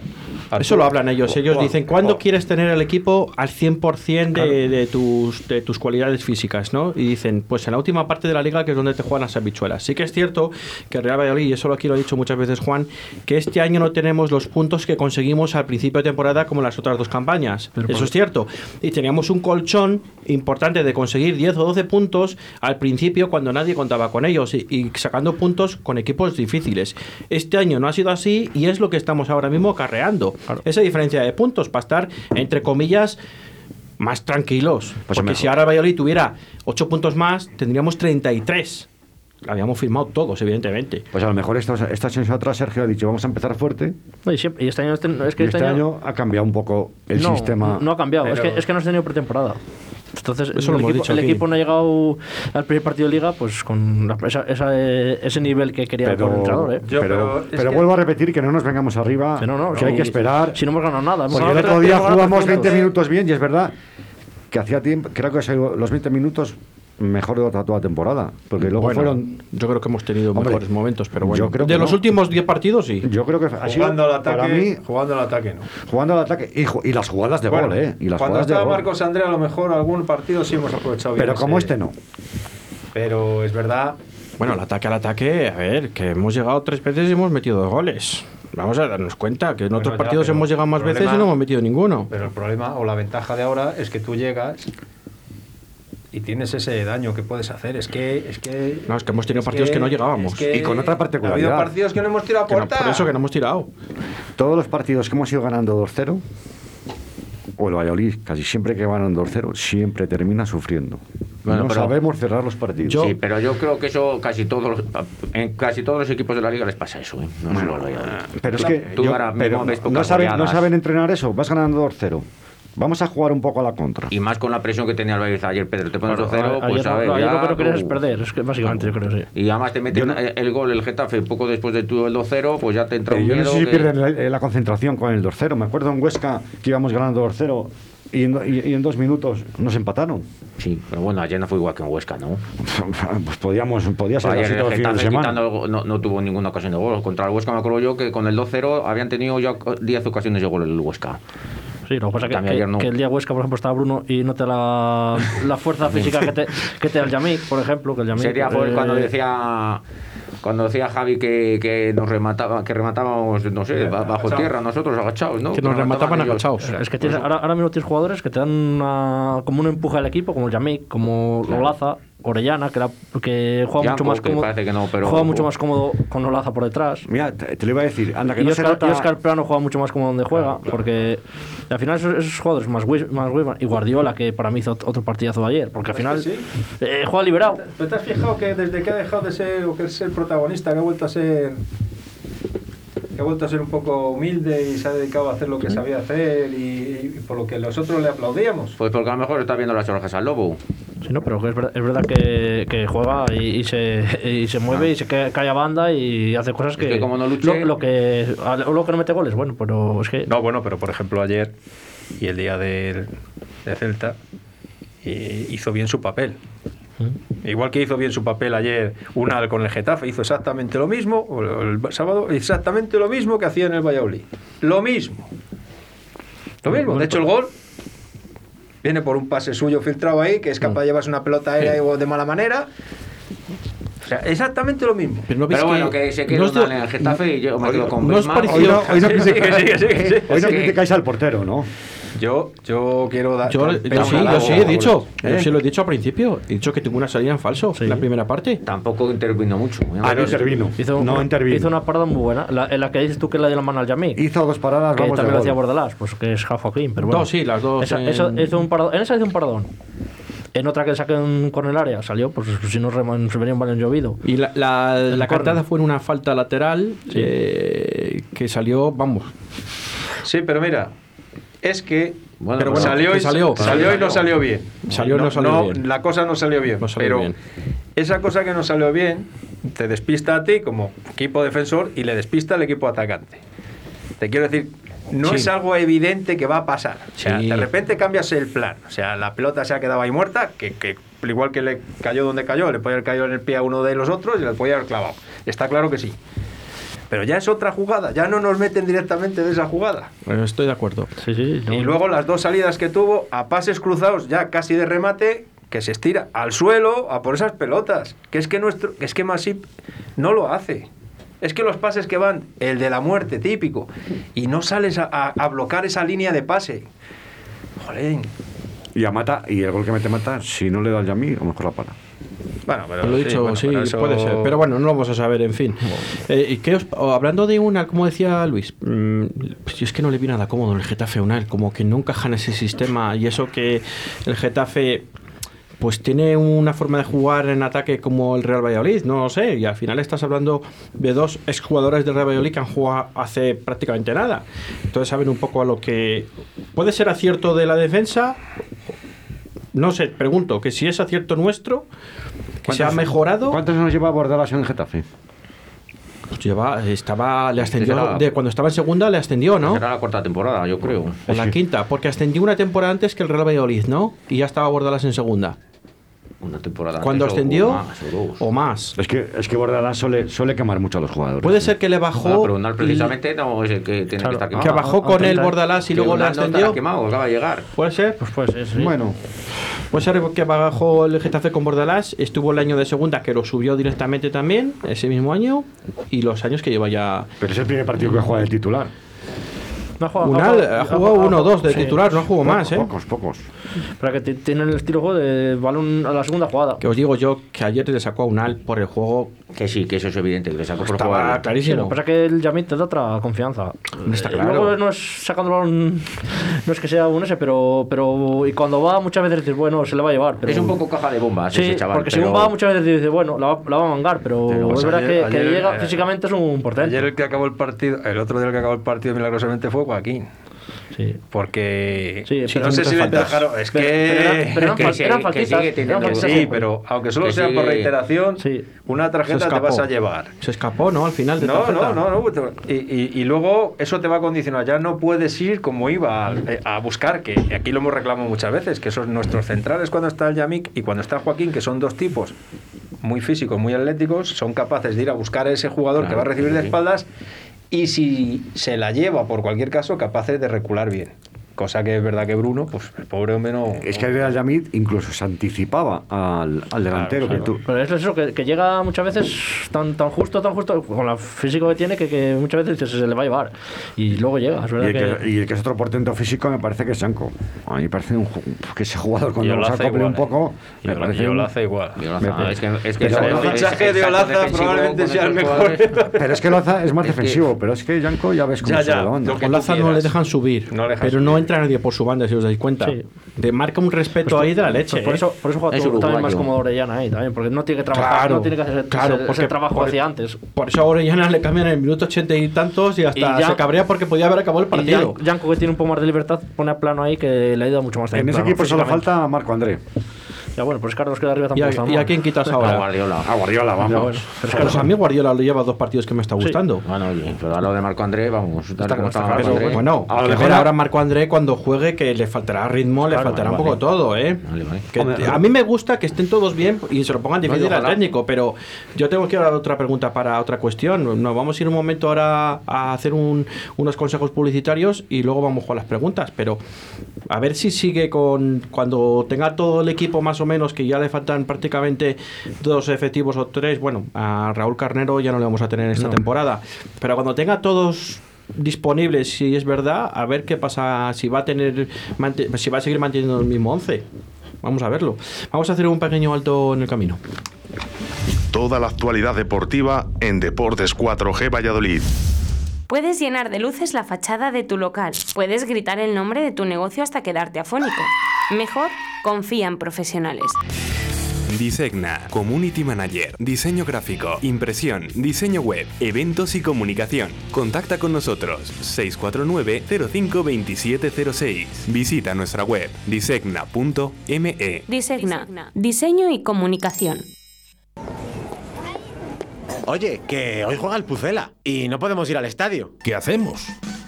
Eso lo hablan ellos. Ellos
Juan,
dicen, ¿cuándo
Juan.
quieres tener el equipo al 100% de, de tus, de tus cualidades físicas? ¿no? Y dicen, pues en la última parte de la liga, que es donde te juegan las habichuelas. Sí que es cierto que Real Valladolid, y eso aquí lo ha dicho muchas veces Juan, que este año no tenemos los puntos que conseguimos al principio de temporada como en las otras dos campañas. eso es cierto. Y teníamos un colchón importante de conseguir 10 o 12 puntos al principio cuando nadie contaba con ellos y, y sacando puntos con equipos difíciles. Este año no ha sido así y es lo que estamos ahora mismo acarreando. Esa diferencia de puntos para estar, entre comillas, más tranquilos.
Pues
Porque
mejor.
si ahora el Valladolid tuviera 8 puntos más, tendríamos 33. Habíamos firmado todos, evidentemente.
Pues a lo mejor esta, esta sesión atrás Sergio ha dicho, vamos a empezar fuerte,
No, y, siempre- y este año... este- no, es que
y este año ha cambiado un poco el
no,
sistema.
No ha cambiado, es,
Pero-
que, es que no has tenido pretemporada. Entonces,
Eso lo
el,
hemos
equipo,
dicho
el
aquí.
equipo no ha llegado al primer partido de liga pues con la- esa- esa, eh, ese nivel que quería
pero,
por el entrenador. ¿eh?
pero-
Yo, pero es
pero
que-
vuelvo a repetir que no nos vengamos arriba,
Que no, no,
que
si-
hay que esperar.
Si no hemos ganado nada. hemos
Porque el
ganado
otro
tres,
día
hemos ganado
jugamos
tres
20
puntos.
minutos bien y es verdad que hacía tiempo, creo que ha sido los 20 minutos mejor de toda, toda temporada, porque luego
Bueno,
fueron
yo creo que hemos tenido
Hombre,
mejores momentos, pero bueno.
yo creo que
de
no.
los últimos 10 partidos, sí.
yo creo que ha sido
jugando al ataque,
para mí
jugando al ataque no.
jugando al ataque y, ju- y las jugadas de
Bueno,
gol, eh, y las
cuando
jugadas de
estaba
gol.
Marcos Andrea, a lo mejor algún partido sí hemos aprovechado bien.
pero como
ese-
este no.
Pero es verdad
Bueno, el ataque al ataque, a ver, que hemos llegado tres veces y hemos metido dos goles. Vamos a darnos cuenta que en
Bueno,
otros
ya,
partidos
pero
hemos llegado más
problema-
veces y no hemos metido ninguno.
Pero el problema o la ventaja de ahora es que tú llegas y tienes ese daño que puedes hacer. Es que. Es que
No, es que hemos tenido partidos que no llegábamos.
Y con otra
Ha
particularidad.
habido partidos que no hemos tirado a
Que no-
puerta.
por eso que no hemos tirado.
Todos los partidos que hemos ido ganando 2-0 o el Valladolid, casi siempre que van 2-0, siempre termina sufriendo.
Bueno,
no
pero-
sabemos cerrar los partidos.
Yo-
Sí, pero yo creo que eso casi todos los, en casi todos los equipos de la liga les pasa eso. ¿eh? No solo al Valladolid.
Pero es
Tú-
que
tú
yo-
ahora mismo
pero
ves
no,
pocas
saben, no
goleadas.
saben entrenar eso. Vas ganando 2-0. Vamos a jugar un poco a la contra. Eh,
Y más con la presión que tenía el Valladolid ayer, Pedro. Te pones 2-0,
ayer,
pues
no-
a ver.
no, ayer
ya
lo que no querías es
tú-
perder, es que básicamente yo creo, sí.
Y además te meten el gol, el Getafe, poco después de tu el 2-0, pues ya te entra
Pero
un
Eh, yo
miedo.
no sé si
que-
pierden la, eh, la concentración con el 2-0. Me acuerdo en Huesca que íbamos ganando 2-0 y, en do- y- y en dos minutos nos empataron. (laughs)
Sí, pero bueno, ayer no fue igual que en Huesca, ¿no?
Pues podíamos, podía ser
Ayer
así todo
el
el fin de
Getafe
semana.
quitando el go- no, no tuvo ninguna ocasión de gol. Contra el Huesca me acuerdo yo que con el 2-0 habían tenido ya 10 ocasiones de gol el Huesca.
Sí, lo que pasa es que,
También ayer
que-
no.
que el día Huesca, por ejemplo, estaba Bruno y no te da la, la fuerza física que te, que te da el Yamik, por ejemplo. Que el Yamik,
Sería por
eh,
cuando decía cuando decía Javi que, que nos remataba, que rematábamos, no sé, ba- bajo tierra, nosotros agachados, ¿no?
Que nos remataban Pues
ellos.
agachados.
Es que tienes, ahora, ahora mismo tienes jugadores que te dan una- como un empuje al equipo, como el Yamik, como Olaza, Orellana, que, era- que juega
Yanko,
mucho más
que
cómodo.
parece que no, pero-
Juega mucho más cómodo con Olaza por detrás.
Mira, te, te lo iba a decir. Anda, que
y
no se
Oscar,
nota...
y Oscar Plano juega mucho más como donde juega, porque al final esos, esos jugadores, más, Wis- más Wisman y Guardiola, que para mí hizo ot- otro partidazo ayer, porque al final
Es que sí.
eh, juega liberado.
¿Pero te has fijado que desde que ha dejado de ser o que es el protagonista, que ha vuelto a ser. que ha vuelto a ser un poco humilde y se ha dedicado a hacer lo que sabía hacer y, y por lo que nosotros le aplaudíamos?
Pues porque a lo mejor está viendo las orejas al lobo.
Sí, no, pero que es, ver- es verdad que, que juega y, y se, y se mueve y se ca- cae a banda y hace cosas que.
que como no luche-
Lo, lo que, a- lo que no mete goles, bueno, pero es que.
No, bueno, pero por ejemplo ayer y el día del, de Celta eh, hizo bien su papel. Igual que hizo bien su papel ayer Unal con el Getafe, hizo exactamente lo mismo, o el sábado, exactamente lo mismo que hacía en el Valladolid. Lo mismo. Lo mismo. De hecho, el gol viene por un pase suyo filtrado ahí, que es capaz de llevarse una pelota aérea y de mala manera. O sea, exactamente lo mismo.
no veis
Pero bueno, que se quedó
no os dio-
mal en el Getafe y yo me quedo con
¿no os
Benzema.
pareció-
Hoy no, hoy
(laughs)
no
Sí, sí,
criticáis-
sí, sí, sí, sí.
hoy no
Sí.
criticáis al portero, ¿no?
Yo, yo quiero dar.
Yo,
dar-
yo
dar un
sí, yo
halago
sí,
a
he
Raúl.
dicho. Yo
¿Eh?
sí lo he dicho al principio. He dicho que tengo una salida en falso en la primera parte.
Tampoco intervino mucho.
Ah, no intervino.
Hizo,
no
una,
intervino.
hizo una parada muy buena, la, en la que dices tú que la dio la mano al Yamik.
Hizo dos paradas,
que
vamos
también lo
de
hacía
gol.
Bordalás, pues que es Jafa Clean, pero bueno.
No, sí, las dos
Esa-
en-
esa hizo un parado- en esa hizo un paradón. En otra que saqué un con el área salió, pues si no reman- se venía un balón llovido.
Y la, la, la
córner.
cartada fue en una falta lateral eh, que salió, vamos.
Sí, pero mira, es que.
Bueno,
pero
pero
salió,
que
y,
salió.
salió. y no salió bien.
Salió y no salió bien.
La cosa no salió bien.
No salió
pero
bien.
esa cosa que no salió bien te despista a ti como equipo defensor y le despista al equipo atacante. Te quiero decir, no
Sí.
es algo evidente que va a pasar. O sea,
Sí.
de repente cambias el plan. O sea, la pelota se ha quedado ahí muerta, que, que igual que le cayó donde cayó, le podía haber caído en el pie a uno de los otros y le podía haber clavado. Está claro que sí. Pero ya es otra jugada, ya no nos meten directamente de esa jugada.
Eh, Estoy de acuerdo.
Sí, sí, no,
Y luego las dos salidas que tuvo a pases cruzados ya casi de remate que se estira al suelo a por esas pelotas. Que es que nuestro, que es que Masip no lo hace. Es que los pases que van, el de la muerte típico, y no sales a, a- a bloquear esa línea de pase. Jolín.
Y a Mata, y el gol que mete Mata, si no le da el Yamí, a lo mejor la para.
Bueno, pero
Os lo he
sí,
dicho,
bueno,
sí,
pero eso-
puede ser. Pero bueno, no lo vamos a saber, en fin. Eh, ¿y qué os- o hablando de una, como decía Luis, mm, pues yo es que no le vi nada cómodo en el Getafe a Unal, como que no encaja en ese sistema y eso que el Getafe pues tiene una forma de jugar en ataque como el Real Valladolid, no lo sé, y al final estás hablando de dos exjugadores del Real Valladolid que han jugado hace prácticamente nada. Entonces saben un poco a lo que puede ser acierto de la defensa. No sé, pregunto, que si es acierto nuestro, que se ha mejorado. Pues
¿Cuántos nos lleva Bordalás en el Getafe?
Lleva, estaba, le ascendió,
Será-
de cuando estaba en segunda le ascendió, ¿no?
Será la cuarta temporada, yo creo.
O la quinta, porque ascendió una temporada antes que el Real Valladolid, ¿no? Y ya estaba Bordalas en segunda.
Una temporada.
Cuando
antes o-
ascendió,
o más, o dos.
o más.
Es que, es que Bordalás suele, suele quemar mucho a los jugadores.
Puede ser que le bajó.
Ah, pero Unal precisamente no es el que tiene
Claro,
que estar
que
quemado.
bajó
Ah,
con
ah,
él
ah,
Bordalás y
Que
luego le
Unal no estará
ascendió.
quemado, acaba de llegar.
Puede ser.
pues pues sí.
Bueno,
Puede ser que bajó el Getafe con Bordalás. Estuvo el año de segunda que lo subió directamente también, ese mismo año. Y los años que lleva ya.
pero es el primer partido que juega de titular.
No ha jugado-
Unal
ha
ha jugado uno o dos de
sí.
titular, no jugó más, ¿eh?
Pocos, pocos.
Pero que ti- tiene el estilo de juego de balón a la segunda jugada.
Que os digo yo que ayer le sacó a Unal por el juego.
Que sí, que eso es evidente, que le sacó por
Estaba
jugar.
Sí, lo
clarísimo.
que pasa es que el Yamit te da otra confianza.
Está
Eh,
claro.
Luego no es sacando el balón, (laughs) no es que sea un ese, pero, pero y cuando va muchas veces dices, bueno, se le va a llevar. Pero
Es un poco caja de bombas
Sí,
ese chaval.
porque
pero-
según va muchas veces dices, bueno, la, va- la va a mangar, pero,
Pero,
es
pues,
verdad
ayer-
que, que
ayer,
llega
eh,
físicamente es un portento.
Ayer el que acabó el partido, el otro del que acabó el partido milagrosamente fue Joaquín.
Sí.
Porque
Sí, pero-
no sé si le dejaron. Es (laughs) que.
Pero- pero era- pero eran
que
fal-
sí,
eran
que
faltitas,
sigue teniendo-
eran faltitas.
Sí, pero aunque solo
Que
sea por
sigue-
reiteración,
Sí.
una tarjeta te
escapó.
vas a llevar.
Se escapó, ¿no? Al final de
No,
tarjeta.
no, no, no. te- Y, y- y luego eso te va a condicionar. Ya no puedes ir como iba al- eh, a, buscar, que aquí lo hemos reclamado muchas veces, que son nuestros centrales cuando está el Yamik y cuando está Joaquín, que son dos tipos muy físicos, muy atléticos, son capaces de ir a buscar a ese jugador que
Claro,
va a recibir de
sí.
espaldas y si se la lleva por cualquier caso, capaces de recular bien. Cosa que es verdad que Bruno, pues el pobre hombre no.
Es que el Yamid incluso se anticipaba al, al delantero.
Claro,
que tú-
Pero es eso, que, que llega muchas veces tan, tan justo, tan justo, con el físico que tiene, que, que muchas veces se, se le va a llevar. Y luego llega, es
Y
verdad
el,
que...
que, y el que es otro portento físico me parece que es Sanco. A mí me parece un ju- que ese jugador cuando
Yo
lo
lo hace
acople
igual,
un poco,
eh.
me
Yo-
parece
yo
un-
lo hace igual. Ah,
De Olaza, es que- es que
Pero
esa-
el
es-
fichaje
es-
de
es
Olaza
tanto defensivo
probablemente
con
sea el
esos
mejor.
(laughs)
jugadores.
Pero es que Loza es más
Es que-
defensivo, pero es que Yanko ya ves cómo
Ya,
se va
ya,
la banda.
lo que
Con
tú
Laza no le
quieras.
dejan subir,
No le dejan
pero no entra nadie por su banda, si os dais cuenta.
Sí.
Te marca un respeto ahí de la leche.
Pues por,
¿eh?
eso, por eso juega
Es
tú- también
uruguayo.
más como Orellana ahí también, porque no tiene que trabajar, no tiene que hacer ese-
claro,
ese, ese
porque-
trabajo
por-
hacia antes.
Por eso a Orellana le cambian en el minuto ochenta y tantos y hasta
Y ya-
se cabrea porque podía haber acabado el
Y
partido.
Jan- Janko, que tiene un poco más de libertad, pone a plano ahí que le ayuda mucho más.
En
también,
ese
plano,
equipo solo
físicamente.
falta Marco André.
Ya bueno, pero es que ahora los que de arriba
¿Y
tampoco
a,
están
y a
mal.
quién quitas
A
ahora?
Guardiola.
A Guardiola,
Ya
vamos.
bueno, pero es que
Pues a mí Guardiola le lleva dos partidos que me está gustando. Ah,
Bueno, oye, pero a lo de Marco Andrés, vamos. tal como
Está claro,
está
está
Marco
Pero
André.
bueno,
a lo
que
mejor
verá
a-
ahora Marco André cuando juege que le faltará ritmo, le faltará un
vale,
poco todo, ¿eh?
Vale, vale.
Que te- a mí me gusta que estén todos bien y se lo pongan difícil al
ojalá.
técnico, pero yo tengo que dar otra pregunta para otra cuestión. Nos vamos a ir un momento ahora a hacer un- unos consejos publicitarios y luego vamos con las preguntas, pero a ver si sigue con cuando tenga todo el equipo más o menos, que ya le faltan prácticamente dos efectivos o tres. Bueno, a Raúl Carnero ya no le vamos a tener esta temporada, pero cuando tenga todos disponibles, si es verdad, a ver qué pasa, si va a tener, mante- si va a seguir manteniendo el mismo 11. Vamos a verlo. Vamos a hacer un pequeño alto en el camino.
Toda la actualidad deportiva en Deportes 4G Valladolid.
Puedes llenar de luces la fachada de tu local. Puedes gritar el nombre de tu negocio hasta quedarte afónico. Mejor, confía en profesionales.
Disegna, Community Manager, Diseño Gráfico, Impresión, Diseño Web, Eventos y Comunicación. Contacta con nosotros 649-052706. Visita nuestra web disegna.me.
Disegna, diseño y comunicación.
Oye, que hoy juega el Pucela y no podemos ir al estadio.
¿Qué hacemos?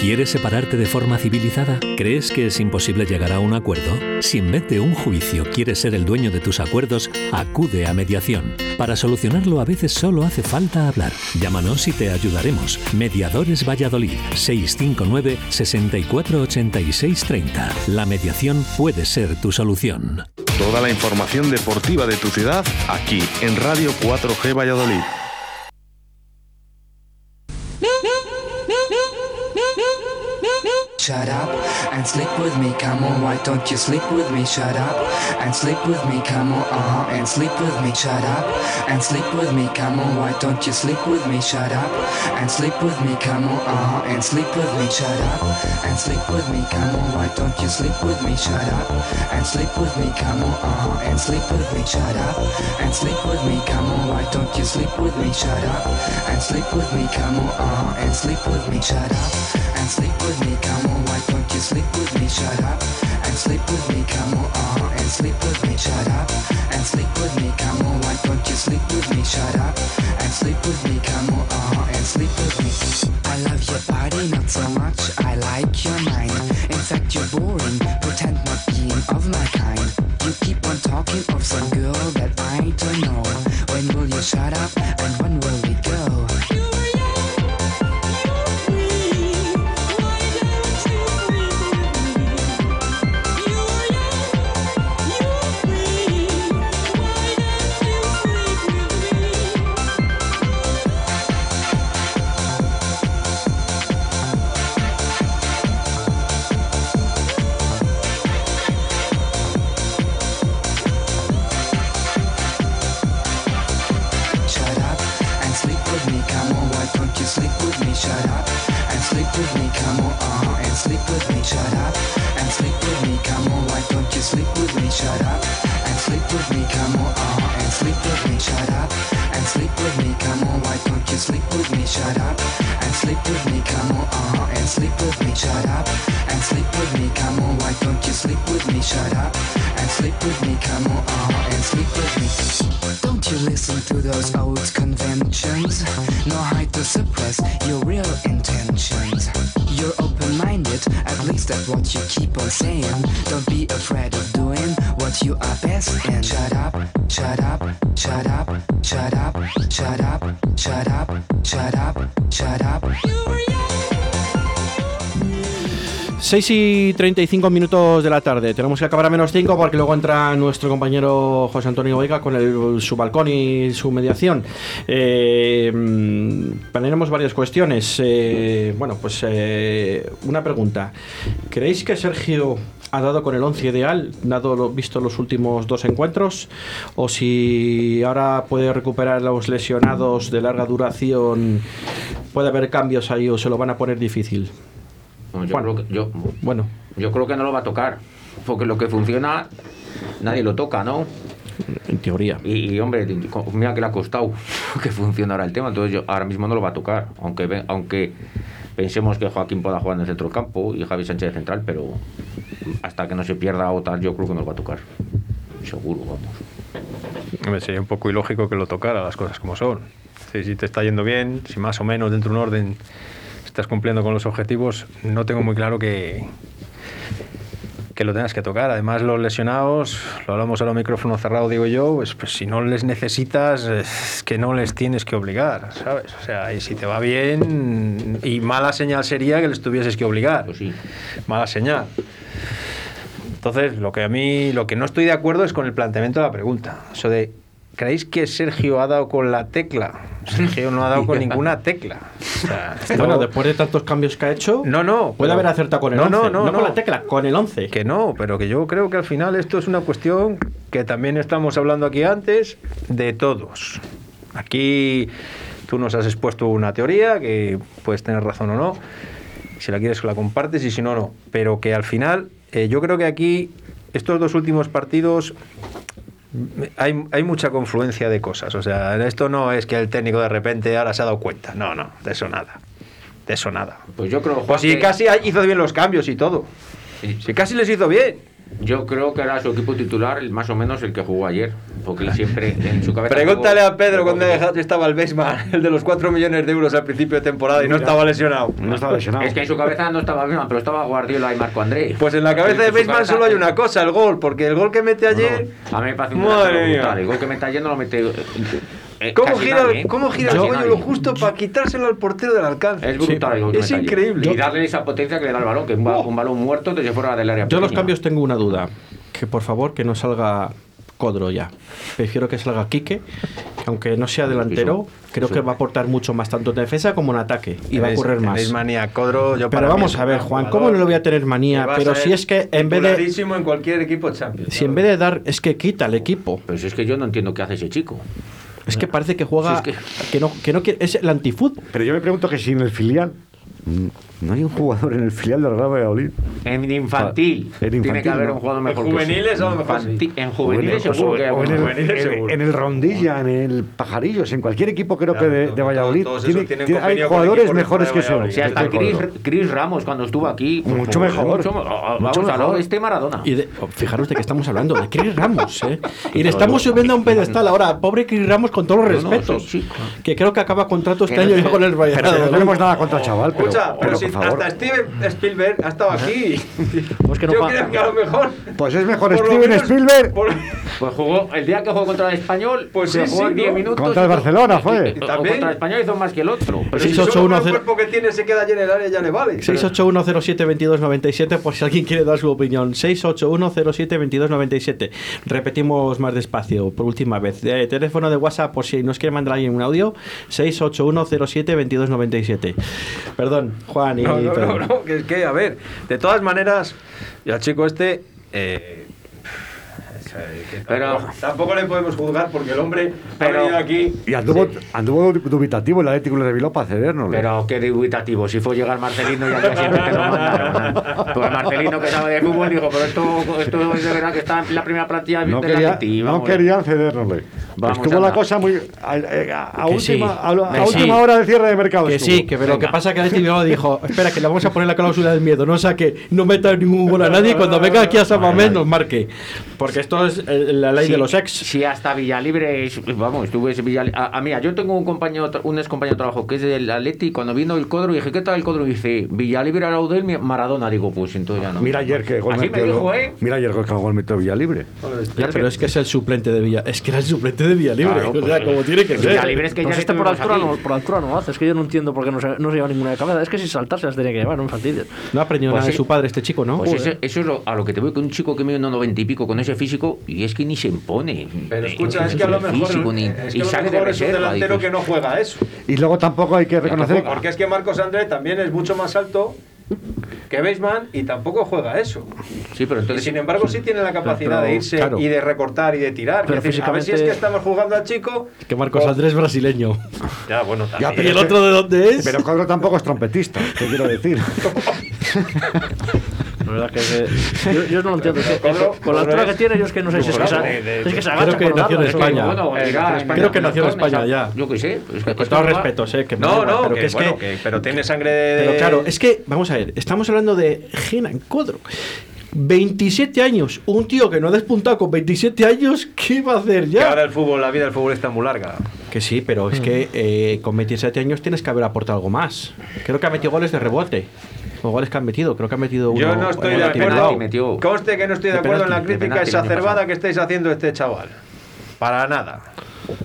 ¿Quieres separarte de forma civilizada? ¿Crees que es imposible llegar a un acuerdo? Si en vez de un juicio quieres ser el dueño de tus acuerdos, acude a mediación. Para solucionarlo a veces solo hace falta hablar. Llámanos y te ayudaremos. Mediadores Valladolid 659 648630 La mediación puede ser tu solución.
Toda la información deportiva de tu ciudad aquí en Radio 4G Valladolid.
Shut up and sleep with me, come on. Why don't you sleep with me? Shut up and sleep with me, come on. Uh huh. And sleep with me. Shut up and sleep with me, come on. Why don't you sleep with me? Shut up and sleep with me, come on. Uh huh. And sleep with me. Shut up and sleep with me, come on. Why don't you sleep with me? Shut up and sleep with me, come on. Uh huh. And sleep with me. Shut up and sleep with me, come on. Why don't you sleep with me? Shut up and sleep with me, come on. Uh huh. And sleep with me. Shut up and sleep with me, come on. Why don't you sleep with me? Shut up and sleep with me, come on. Uh-huh. And sleep with me, shut up and sleep with me, come on. Why don't you sleep with me? Shut up and sleep with me, come on. Uh-huh. And sleep with me. I love your body not so much. I like your mind. In fact, you're boring. Pretend not being of my kind. You keep on talking of some girl that I don't know. When will you shut up and when will we go? Shut up and sleep with me, come on. Why don't you sleep with me? Shut up and sleep with me, come on. Uh-huh. And sleep with me, shut up and sleep with me, come on. Why don't you sleep with me? Shut up and sleep with me, come on. Uh-huh. And sleep with me, shut up and sleep with me, come on. Why don't you sleep with me? Shut up and sleep with me, come on. Uh-huh. And sleep with me, shut up and sleep with me, come on. Why don't you sleep with me? Shut up and sleep with me, come on. Uh-huh. And sleep with me. Don't you listen to those old conventions, nor hide to suppress your real intentions. You're open minded, at least that's what you keep on saying. Don't be afraid of doing what you are best in. Shut up, shut up, shut up, shut up, shut up, shut up, shut up, shut up.
Si 6 y 35 minutos de la tarde. Tenemos que acabar a menos 5 porque luego entra nuestro compañero José Antonio Vega con el- su balcón y su mediación. Eh, mm, tenemos varias cuestiones. Eh, bueno, pues eh, una pregunta. ¿Creéis que Sergio ha dado con el 11 ideal, dado lo, visto los últimos dos encuentros? ¿O si ahora puede recuperar los lesionados de larga duración, puede haber cambios ahí o se lo van a poner difícil?
Bueno, yo,
Juan.
creo que, yo,
Bueno.
yo creo que no lo va a tocar, porque lo que funciona nadie lo toca, ¿no?
En teoría.
Y, y, hombre, co- mira que le ha costado (laughs) que funcione ahora el tema, entonces yo ahora mismo no lo va a tocar, aunque, ve- aunque pensemos que Joaquín pueda jugar en el centro del campo y Javi Sánchez de central, pero hasta que no se pierda o tal, yo creo que no lo va a tocar. Seguro, vamos.
Hombre, sería un poco ilógico que lo tocara, las cosas como son. Si, si te está yendo bien, si más o menos dentro de un orden estás cumpliendo con los objetivos, no tengo muy claro que, que lo tengas que tocar. Además, los lesionados, lo hablamos ahora a micrófono cerrado, digo yo, pues, pues si no les necesitas, es que no les tienes que obligar, ¿sabes? O sea, y si te va bien, y mala señal sería que les tuvieses que obligar.
Pues
Mala señal. Entonces, lo que a mí, lo que no estoy de acuerdo es con el planteamiento de la pregunta. Eso de, ¿creéis que Sergio ha dado con la tecla? Sergio no
(laughs)
ha dado con ninguna tecla. O sea, esto-
Bueno, después de tantos cambios que ha hecho,
no, no.
puede
pero-
haber acertado con el
no,
11.
No, no,
con la tecla, con el 11.
Que no, pero que yo creo que al final esto es una cuestión que también estamos hablando aquí antes de todos. Aquí tú nos has expuesto una teoría que puedes tener razón o no. Si la quieres, la compartes y si no, no. Pero que al final, eh, yo creo que aquí, estos dos últimos partidos, mm, hay, hay mucha confluencia de cosas. O sea, esto no es que el técnico de repente ahora se ha dado cuenta. No, no, de eso nada. De eso nada.
Pues yo creo Juan,
Pues si
que-
casi hizo bien los cambios y todo. Si casi les hizo bien.
Yo creo que era su equipo titular, el- más o menos el que jugó ayer, porque él
(laughs)
siempre en su cabeza.
Pregúntale
tuvo-
a Pedro cuando estaba el Beisman, (laughs) el de los 4 millones de euros al principio de temporada y no
Mira.
estaba lesionado.
Es que en su cabeza no estaba Beisman, pero estaba Guardiola y Marco Andrés.
Pues en la cabeza de
En su
Beisman
cabeza-
solo hay una cosa, el gol, porque el gol que mete ayer...
A mí me parece un
Madre
delantero
mía.
brutal. El gol que me está yendo lo mete. eh,
¿Cómo
casi
gira,
nadie, ¿eh?
¿cómo gira el
Casi
cuello
nadie.
lo justo para quitárselo al portero del alcance?
Es brutal el gol que
Es
mete ayer.
increíble.
Y darle esa potencia que le da el balón, que un, ba- un balón muerto desde fuera del área.
Yo los
pequeña.
cambios tengo una duda. Que por favor que no salga Codro ya. Prefiero que salga Quique, que aunque no sea delantero, creo que va a aportar mucho más tanto en defensa como en ataque. Y va a
Tenéis-
ocurrir más.
tenéis manía, Codro, yo para
Pero
mí
vamos
es
a
un
ver,
gran
Juan,
jugador
¿cómo no lo voy a tener manía?
va a
Pero
ser
si es que en vez de.
titularísimo en cualquier equipo Champions.
Si en vez de dar, es que quita el equipo.
Pero si es que yo no entiendo qué hace ese chico.
Es
Ah.
que parece que juega.
Si es
que no, que no quiere- es el antifútbol.
Pero yo me pregunto que si en el filial. mm, No hay un jugador en el filial del Real Valladolid.
En infantil.
En infantil,
Tiene que haber
¿no?
un jugador mejor.
En juveniles,
que
a lo mejor
Infantil- En juveniles seguro que hay
O en, el,
alguno.
en- en el Rondilla, en el Pajarillos, en cualquier equipo creo que de, de Valladolid.
todos esos
tiene-
tienen
tiene- hay
convenio con
jugadores
equipos de
mejores que son.
O sea, hasta Chris, Chris Ramos cuando estuvo aquí. por
Mucho
favor,
mejor.
mucho- vamos
Mucho
a hablar
mejor.
de este Maradona.
Y de- fijaros de qué estamos hablando, de Chris Ramos, ¿eh? Y
todo.
le estamos subiendo a un pedestal ahora, pobre Chris Ramos, con todos los
No, no,
respetos. que creo que acaba contrato este
Que no
año
sé.
ya con el Valladolid.
Pero no tenemos nada contra el chaval, pero,
Escucha, pero
pero
si
este-
por favor.
hasta Steven Spielberg ha estado aquí.
Pues
no
yo
pa-
creo que a lo mejor.
Pues es mejor
Por lo
Steven
menos-
Spielberg
por-
Pues jugó el día que jugó contra el español, pues
sí,
se jugó
sí,
10
¿no?
minutos.
contra el Barcelona, fue.
O Contra el español hizo más que el otro.
Pero si solo con el 6-8-1-0.
cuerpo que tiene se queda allí en el área ya le vale.
681072297 por si alguien quiere dar su opinión. 681072297. Repetimos más despacio por última vez. Eh, teléfono de WhatsApp por si nos quiere mandar alguien un audio. 681072297. Perdón, Juan y
(laughs) No, no,
Pedro.
no, no, que es que, a ver, de todas maneras, y al chico este. eh, que tampoco, tampoco le podemos juzgar porque el hombre ha venido aquí.
Y anduvo, anduvo dubitativo el Atlético de Bilbao para cedernos.
Pero qué dubitativo, si fue llegar Marcelino y al día siguiente te lo mandaron. Pues Marcelino que sabe de fútbol dijo, pero esto, esto es de verdad que está en la primera plantilla
No,
de
quería,
la City,
no
vamos.
querían cedernosle.
Vamos,
Estuvo la
anda.
cosa muy. A, a- a
Que
última,
sí.
a, la- a
Que sí.
última hora de cierre de mercado.
Que
estuvo.
sí, que, pero lo que pasa es que Atleti Bilbao dijo, espera, que le vamos a poner la cláusula del miedo, no o sea que no meta ningún gol a nadie y cuando venga aquí a San Mamés nos marque. Porque esto es eh, la ley
Sí,
de los ex.
Sí, hasta Villalibre, es- vamos, estuve en Villalibre. A, a- mira, yo tengo un compañero, tra- un ex compañero de trabajo que es del Atleti, y cuando vino el Codro, dije, ¿qué tal el Codro? Y dice, Villalibre Araudel, mi- Maradona. Digo, pues entonces ya no.
Mira ayer que gol
Así me
metió-
dijo, ¿eh?
Mira ayer que gol metió Villa Libre.
Ya, pero es que es el suplente de Villa, es que era el suplente esté de vía libre.
Claro,
o sea,
pues,
como tiene que
pues
ser.
ya Pues este por altura, no, por altura no hace. Es que yo no entiendo por qué no se, no se lleva ninguna de cabeza. Es que si saltar se las tenía que llevar, no me fastidies.
No ha aprendido
Pues
nada de
sí.
su padre este chico, ¿no?
Pues
Joder.
ese- eso es lo- a lo que te voy con un chico que mide 1,90 y pico con ese físico y es que ni se impone.
Pero
Ni-
escucha,
ni
es
se
que a lo
impone
mejor,
físico, ni-
es que a
y
lo
sale de
mejor es un
reserva.
delantero
dices,
que no
juega eso.
Y luego tampoco hay que reconocer.
Porque es que Marcos Andrés también es mucho más alto que Beisman y tampoco juega eso.
Sí, pero
Y
entonces.
sin embargo sí tiene la capacidad
Pero,
de irse
claro.
y de recortar y de tirar.
Pero
Es decir, a ver si es que
físicamente-
estamos jugando al chico.
Que Marcos Andrés brasileño.
Ya, bueno,
Ya,
Oh. ¿Y el otro de dónde es?
Pero Codro tampoco es trompetista, te quiero decir.
La verdad que, que- yo, yo no lo entiendo. es que- con la altura que tiene, yo es que no sé si es que se, es que se agacha.
Creo que
por
nació en
darla, es que-
España.
bueno, llegar a España.
Creo que nació en España ya.
Yo qué sé. pues
Con todos respetos, eh, que me da igual, pero que es que-
pero tiene sangre de...
Pero claro, es que, vamos a ver, estamos hablando de Genan Codro. 27 años, un tío que no ha despuntado con 27 años, ¿qué va a hacer
que
ya?
ahora el fútbol, la vida del fútbol está muy larga.
Que sí, pero
Ah.
es que eh, con 27 años tienes que haber aportado algo más. Creo que ha metido goles de rebote. O goles que han metido, creo que ha metido uno.
Yo no estoy de
uno aquí en
acuerdo.
Bilbao.
Conste que no estoy de,
De
acuerdo en
penalti,
la
de
crítica
penalti el año
exacerbada
pasado.
que estáis haciendo a este chaval. Para nada.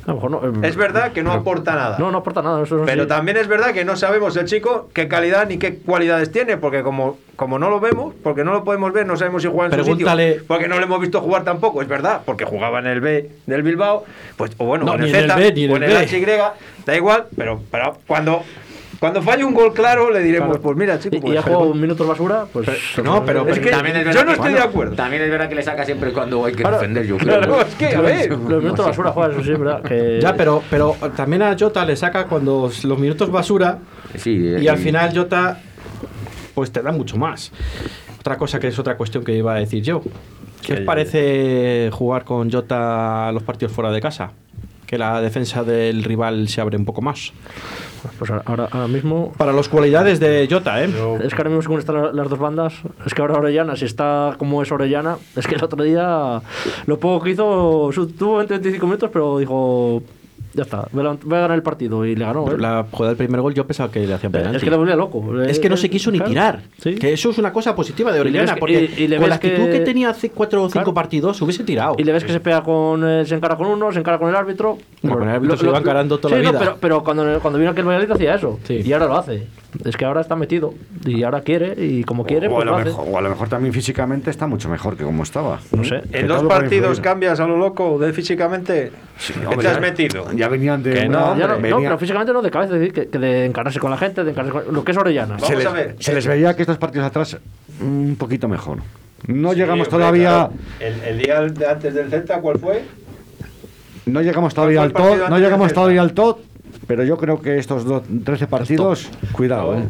A lo mejor
Mm.
no, eh,
Es verdad que no aporta nada.
No, no aporta nada. Eso no
Pero
sé.
también es verdad que no sabemos el chico qué calidad ni qué cualidades tiene, porque como, como no lo vemos, porque no lo podemos ver, no sabemos si juega en su
Pregúntale-
sitio, porque no lo hemos visto jugar tampoco, es verdad, porque jugaba en el B del Bilbao, pues o bueno,
No,
o en el
ni en el
Z,
B, ni en
o en
el
el
B.
HY, da igual, pero, pero cuando cuando falle un gol claro le diremos,
Claro.
pues mira, chico,
Y-
pues,
y ha jugado un minuto basura, pues.
no, pero- Es que yo no estoy de acuerdo.
También es verdad que le saca siempre cuando hay que
Claro,
defender, yo creo.
claro,
¿no? (laughs)
es que, a ver, los minutos basura juegan, eso sí, es verdad. Que...
Ya, pero, pero también a Jota le saca cuando los minutos basura
Sí, eh,
y al final Jota pues te da mucho más. Otra cosa que es otra cuestión que iba a decir yo. ¿Qué os parece jugar con Jota los partidos fuera de casa? Que la defensa del rival se abre un poco más.
Pues ahora, ahora- ahora mismo.
Para las cualidades de Jota, ¿eh?
Es que ahora mismo, según están la- las dos bandas, es que ahora Orellana, si está como es Orellana, es que el otro día lo poco que hizo, su- tuvo 20, 25 minutos, pero dijo, ya está, voy a levant- voy a ganar el partido y le ganó. ¿eh?
La jugada del primer gol yo pensaba que le hacían penalti.
Es que le volvía loco. eh,
Es que no se quiso ni
Claro.
tirar. Que eso es una cosa positiva de
Y le ves
Orellana,
que-
porque
y- y le
con
ves
la actitud que...
que
tenía hace cuatro o cinco partidos hubiese tirado.
Y le ves que se pega con. eh, se encara con uno, se encara con el árbitro.
Bueno, con el árbitro
Lo-
se
lo-
iba encarando toda
sí,
la
no,
vida.
pero, pero cuando, cuando vino que el Valladolid hacía eso. Y ahora lo hace. Es que ahora está metido. Y ahora quiere. Y como quiere,
o, a
pues
lo
lo hace.
mejor, o a lo mejor también físicamente está mucho mejor que como estaba. No
sé.
en dos partidos cambias a lo loco de físicamente, ¿qué
hombre,
te has
ya-
metido?
Ya venían de.
Que
una-
Eh, no,
Ya no,
venía-
no, pero físicamente no de cabeza, es decir, que, que de encararse con la gente, de encararse con lo que es Orellana.
se, les, se les veía que estos partidos atrás un poquito mejor. No llegamos todavía.
El, el día de antes del Celta, ¿cuál fue?
No llegamos todavía
¿Cuál
al
fue el partido
top. No
antes del
llegamos
Celta?
todavía al top. Pero yo creo que estos do- 13 partidos. Cuidado, eh.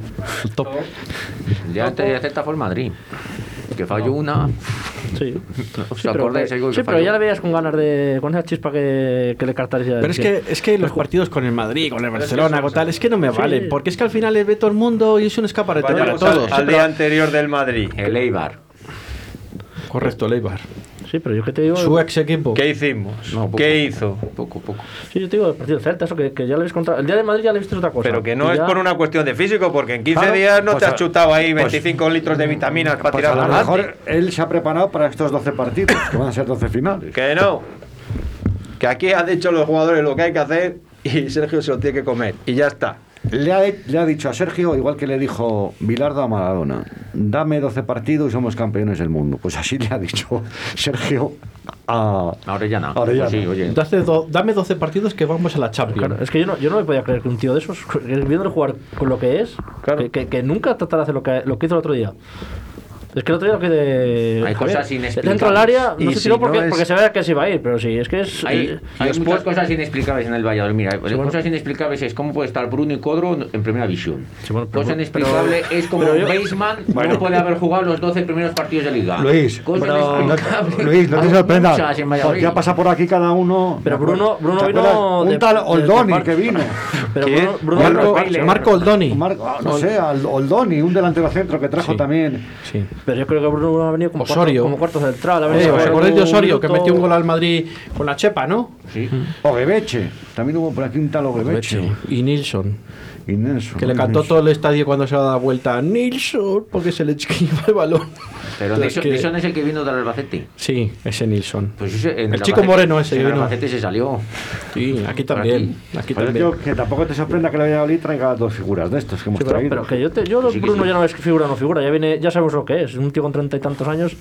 Ya te acepta fue el Madrid. Que falló una.
Sí.
¿Os
Sí, pero,
acordáis? algo que
sí, pero
falló?
ya le veías con ganas de. con esa chispa que, que le cartaría.
Pero es que, es que los partidos con el Madrid, con el Barcelona, con tal, es que no me
Sí.
valen. Porque es que al final les ve todo el mundo y es un escaparate para
Vayamos al-
todos.
Al, día anterior del Madrid.
El Eibar.
Correcto, Leibar.
Sí, pero yo que te digo.
Su ex equipo.
¿Qué hicimos?
No,
pues,
poco.
¿Qué hizo?
Poco, poco.
Sí, yo te digo, el partido del Celta, eso que, que ya le ves contra. El día de Madrid ya le viste otra cosa.
Pero que no
Y
es
pues, ya-
por una cuestión de físico, porque en 15
Claro.
días no
Pues
te has
a-
chutado ahí
pues-
25 litros de vitaminas para
Pues
tirar
a lo
para
mejor
adelante.
él se ha preparado para estos 12 partidos, que van a ser 12 finales.
Que no. Que aquí han dicho los jugadores lo que hay que hacer y (laughs) Sergio se lo tiene que comer. Y ya está.
Le ha, le ha dicho a Sergio, igual que le dijo Bilardo a Maradona, dame 12 partidos y somos campeones del mundo. Pues así le ha dicho (laughs) Sergio a,
A Orellana.
a Orellana.
Pues sí, oye.
Entonces, do- dame 12 partidos que vamos a la Champions.
Claro, es que yo no, yo no me podía creer que un tío de esos, que viéndolo jugar con lo que es, que, que- que nunca tratara de hacer lo que, lo que hizo el otro día. Es que el otro día lo que de.
Hay
Javier,
cosas inexplicables.
Dentro del área, no
Y
sé
si
si no porque,
no es-
porque se vea que se iba a ir, pero sí, es que es.
Hay,
eh,
hay
después-
muchas cosas inexplicables en el Valladolid. Mira, las
bueno.
cosas inexplicables es cómo puede estar Bruno y Codro en primera visión.
pero-
Cosa inexplicable
pero-
es como
pero yo-
Baseman
Bueno.
no puede haber jugado los 12 primeros partidos de liga.
Luis,
Cosa
pero-
Ah,
inexplicable.
no- Luis, no te
Hay
sorprendas.
muchas en Valladolid.
Porque ha pasado por aquí cada uno.
Pero
¿Te acuerdas?
Bruno- Bruno
¿Te
vino
acuerdas? Un
de-
tal
de- de
Oldoni
Mar-
que vino.
(laughs) Pero
¿Quién?
Bruno, Bruno
Marco-
Baile.
Marco Oldoni.
Marco, ah, no sé, al- Oldoni, un delantero centro que trajo también.
Sí. Eh,
Pero yo creo que Bruno ha venido como,
Osorio.
Cuarto, como cuarto central. Ha
Eh,
venido
¿Os
como
acordáis de Osorio
un
que
minuto-
metió un gol al Madrid con la chepa, no?
Sí.
Ogebeche. También hubo por aquí un tal Ogebeche.
Y Nilsson.
Y Nelson.
Que le cantó todo el estadio cuando se daba la vuelta. Nilsson, porque se le esquiva el balón.
Pero
Es
Nixon,
que-
Nixon es el que vino del Albacete.
Sí, ese Nilsson.
Pues ese, en
el chico
Albacete-
moreno ese que
En
vino.
Albacete se salió.
Sí, aquí también. Aquí
Pero
también.
tío, que tampoco te sorprenda que la Valladolid traiga dos figuras de estos que hemos
Sí, pero,
traído.
pero que yo, te, yo Bruno ya no es que figura no figura, ya viene, ya sabemos lo que es. Un tío con treinta y tantos años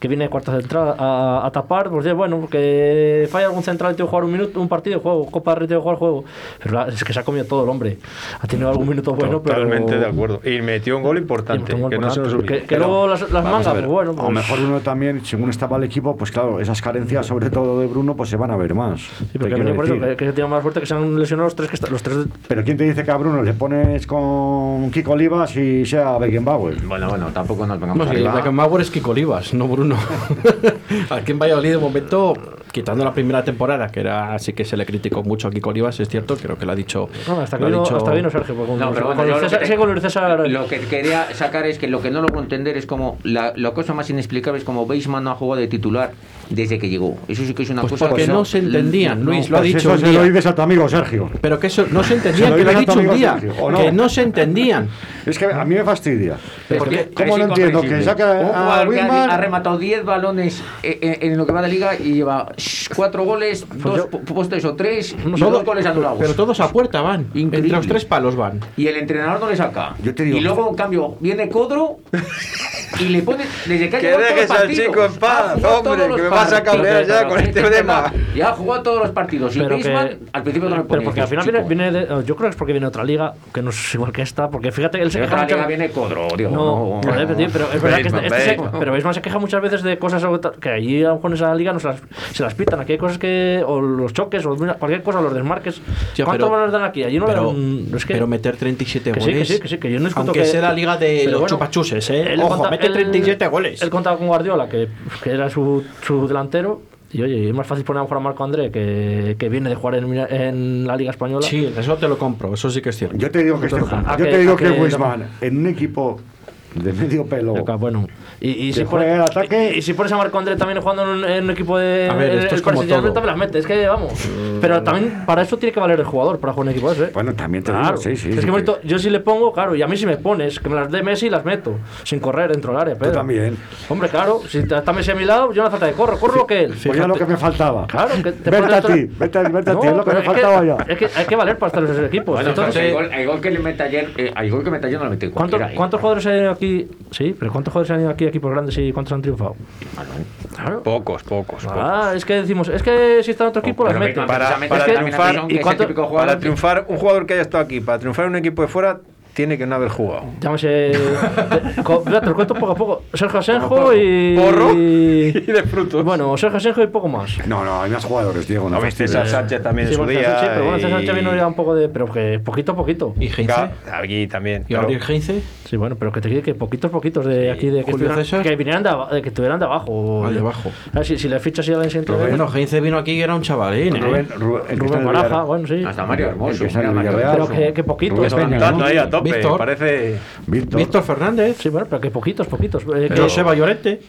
que viene de cuarta central a, a tapar, pues dice, bueno, que falla algún central, tío, jugar un minuto, un partido, juego, Copa del Rey, tío, jugar juego. Pero la- es que se ha comido todo el hombre. Ha tenido algún minuto bueno, pero.
Totalmente de acuerdo. Y metió un gol importante.
un gol
que no se nos
importante.
olvide.
Que- que luego las- las
vamos a
mangas,
ver.
pues bueno,
A lo mejor uno también, según estaba el equipo, pues claro, esas carencias, sobre todo de Bruno, pues se van a ver más.
Sí, pero que ha venido por eso, que, que tiene más suerte que se han lesionado los tres que están. Los tres de-
Pero ¿quién te dice que a Bruno le pones con Kiko Olivas y sea Beckenbauer?
Bueno, bueno, tampoco nos
Vamos, que Beckenbauer es Kiko Olivas, no
(laughs)
Bruno. Aquí en Valladolid, de momento, quitando la primera temporada, que era así que se le criticó mucho a Kiko Olivas, es cierto, creo que lo ha dicho.
No, hasta que
lo ha
vino-
dicho-
hasta vino Sergio, porque
No, pero
con
bueno, yo lo
César-
que-
sí, con Luis César-
Lo que quería sacar es que lo que no logro entender es como la, la cosa más inexplicable es como Beisman no ha jugado de titular desde que llegó. Eso sí que es una
Pues
cosa
porque no se entendían, Luis, lo ha
Pues
dicho
Eso
un
se
día.
lo dices a tu amigo Sergio.
Pero que eso no se
Se
entendía,
lo
que lo he
dices
dicho
a tu
un
amigo
día.
Sergio, ¿o no?
Que no se entendían.
Es que a mí me fastidia.
Porque
¿Cómo
es
no entiendo? Que
incomprensible.
saca
un
a
jugador que
Griezmann-
ha, ha rematado 10 balones eh, eh, en, lo que va de liga y lleva 4 goles,
Pues
2 postes o 3 y
Todo-
2 goles anulados.
Pero todos a puerta van. Entre los tres palos van.
Y el entrenador no le saca.
Yo te digo-
y luego, en cambio, viene Codro y le pone. Desde que ha
Que
llegado todos
dejes
los
al
partidos.
chico en paz,
Ha jugado todos
hombre,
los
que me vas a cabrear
partidos.
ya con
Pero
este
es
tema.
verdad, Ya ha jugado todos los partidos. Y
Pero que-
Griezmann, al principio no le ponía.
Pero
pues.
porque al final
Chico,
viene, viene de- yo creo que es porque viene de otra liga, que no es igual que esta, porque fíjate, él se
de
queja
otra
mucho-
liga viene Codro, digo.
No, joder, pero, tío, pero es verdad que este,
Bateman,
este se,
Bateman.
pero Beisman se queja muchas veces de cosas o tal, que allí a lo mejor en esa liga no se, las, se las pitan. Aquí hay cosas que. o los choques, o mira, cualquier cosa, los desmarques.
Tío,
¿Cuánto
pero-
van a dar aquí? Allí no le dan
pero,
un- es que-
pero meter 37
que sí,
goles.
que sí, que sí, que yo no discuto
aunque
que-
sea la liga de
pero
los
bueno,
chupachuses, ¿eh?
él
Ojo,
conta-
mete
él-
37 goles.
Él contaba con Guardiola, que, que era su, su delantero. Y oye, es más fácil poner a lo mejor a Marco André, que, que viene de jugar en, en la Liga Española.
Sí, eso te lo compro, eso sí que es cierto.
Yo te digo que, este,
a
yo
que-
te digo
a
que,
que-
Griezmann, en un equipo de medio pelo.
bueno. Y, y si
juega
pone-
el ataque.
Y, y si pones a Marco André también jugando en un, en un equipo de.
A ver,
el-
esto es
el Paris
como
Saint-Germain,
todo.
también las mete, es que vamos. Pero también para eso tiene que valer el jugador, para jugar en equipo ese.
Bueno, también te
Claro.
digo, sí, sí.
es
sí,
que,
que-
bonito, yo si le pongo, claro, y a mí si me pones, que me las dé Messi y las meto, sin correr dentro del área, Pedro.
también.
Hombre, claro, si te- está Messi a mi lado, yo no hace falta de corro, corro que él.
Pues ya lo que me faltaba.
Claro, que te
vete
pones
a
otra-
ti, vete a ti, vete a
No,
ti, es lo que
pero
me
es
faltaba ya.
Es que hay que valer para estar en esos equipos.
Bueno,
Entonces,
pero el gol- el gol que le mete ayer, eh, el gol que mete ayer no lo mete
¿Cuánto-
cualquiera. ¿eh?
¿Cuántos jugadores han ido aquí? Sí, pero ¿cuántos jugadores han ido aquí a equipos grandes y cuántos han triunfado?
Pocos, pocos.
Ah, es que decimos, es que si está en otro equipo las
Pero
mete.
venga, para, para
Es que-
triunfar,
¿y cuánto-
para triunfar, un jugador que haya estado aquí, para triunfar en un equipo de fuera, tiene que no haber jugado. (laughs)
Llámese. te- co- mira, te lo cuento poco a poco. Sergio Senjo
(laughs)
y.
Porro
y de
frutos.
Bueno, Sergio Senjo y poco más.
No, no, hay más jugadores, Diego. No, este
viste a Sánchez también en
Sí,
su
bueno,
día.
César- sí, pero bueno, César Sánchez
y-
vino ya un poco de. Pero que poquito a poquito.
¿Y
Claro, Aquí también.
¿Y Gabriel Heinze?
Sí, bueno, pero que te quiere que poquitos, poquitos de aquí de que,
Julio
estuvieran-
César.
que vinieran de, aba- de que estuvieran de
Oh,
abajo.
Ah, de abajo.
A ver, si, si le fichas ya la siguiente vez-
Bueno, Heinze vino aquí y era un chavalín. ¿eh?
Rubén- Rubén- el que está en el
Baraja,
Villarreal.
bueno, sí.
Hasta Mario Hermoso.
El que sale
mira, Mario
del Villarreal.
Pero que, que poquitos.
Rubén Peña, ¿no?
Víctor.
parece.
Víctor.
Fernández.
Sí, bueno, pero que poquitos, poquitos. Eh, que-
Joseba Llorente.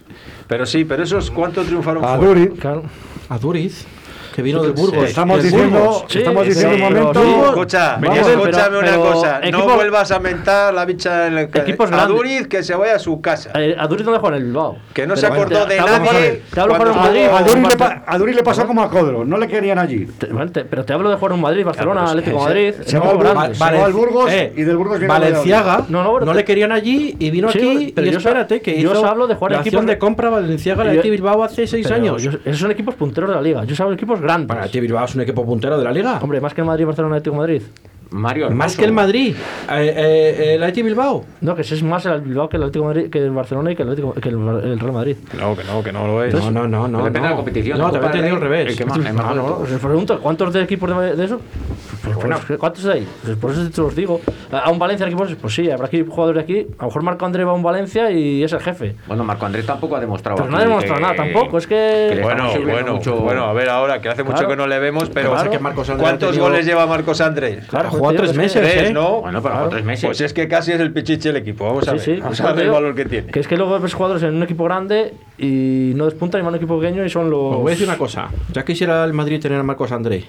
Pero sí, pero esos cuánto triunfaron
A
fuera?
Duriz.
Claro.
A Duriz. Que vino del
Sí,
Burgos.
estamos
Del
diciendo-
Burgos.
estamos diciendo
Sí,
un
pero
momento.
sí, escucha,
Vamos,
escúchame
pero-
una
pero
cosa.
equipo-
no vuelvas a mentar la bicha en el
Equipos
a
grandes.
Duriz que se vaya a su casa.
Eh, a Duriz no le juega en el Bilbao.
Que no se acordó de
Te hablo
nadie
para- Te hablo para
cuando
un
jugó-
Madrid.
A Duri, le pa-
Barcelona-
a Duri le pasó como a Codro, no le querían allí.
Te- vale, te- pero te hablo de jugar un Madrid, Barcelona,
pues,
Atlético de
Se
Madrid.
va al
equipos
Bur-
grandes.
se va al Burgos
eh,
y del Burgos viene a
Valenciaga.
Valladolid.
No, le querían allí y vino
Sí,
aquí.
pero
y
yo os-
espérate, que
yo os
hizo
hablo de jugar
la
en
acción
equipos-
de compra Valenciaga al
Yo-
Athletic Bilbao hace seis
Pero
años.
yo- esos son equipos punteros de la liga. Yo sabía equipos grandes. Bueno,
Athletic Bilbao es un equipo puntero de la liga.
Hombre, más que el Madrid, Barcelona, Atlético de Madrid.
Mario
Más que el Madrid. Eh, eh, el Athletic Bilbao.
No, que si es más el Bilbao que el Atlético de Madrid, que el Barcelona y que el, Atlético- que el, el Real Madrid.
No, que no, que no lo es.
No, no, no. no,
Depende de la
no.
competición,
No,
la
te
Copa
había
del
tenido al
Rey,
revés.
el que más- el más
Ah, no, os pregunto, ¿cuántos de equipos de, de eso? Pues, pues, ¿Cuántos hay? Pues por eso te los digo. A a un Valencia, aquí, pues, pues sí, habrá aquí jugadores de aquí. A lo mejor Marco André va a un Valencia y es el jefe.
Bueno, Marco Andrés tampoco ha demostrado.
Pero no ha
aquí
demostrado
que-
nada tampoco. Es
que
que.
le
Bueno,
estamos subiendo
bueno,
mucho-
bueno, a ver ahora, que hace mucho
Claro.
que no le vemos, pero
Lo que pasa es que Marcos Andrés
¿cuántos
ha tenido-
goles lleva Marcos Andrés?
Claro,
Ha jugado
tío,
tres
es
meses,
Tres,
¿eh?
¿no?
Bueno, pero tres meses.
Pues es que casi es el pichichi el equipo,
pues
vamos a ver.
Sí, sí.
Vamos a ver el valor que tiene.
Que es que luego ves jugadores en un equipo grande y no despuntan y van a un equipo pequeño y son los.
Os voy a decir una cosa. Ya quisiera el Madrid tener a Marcos André.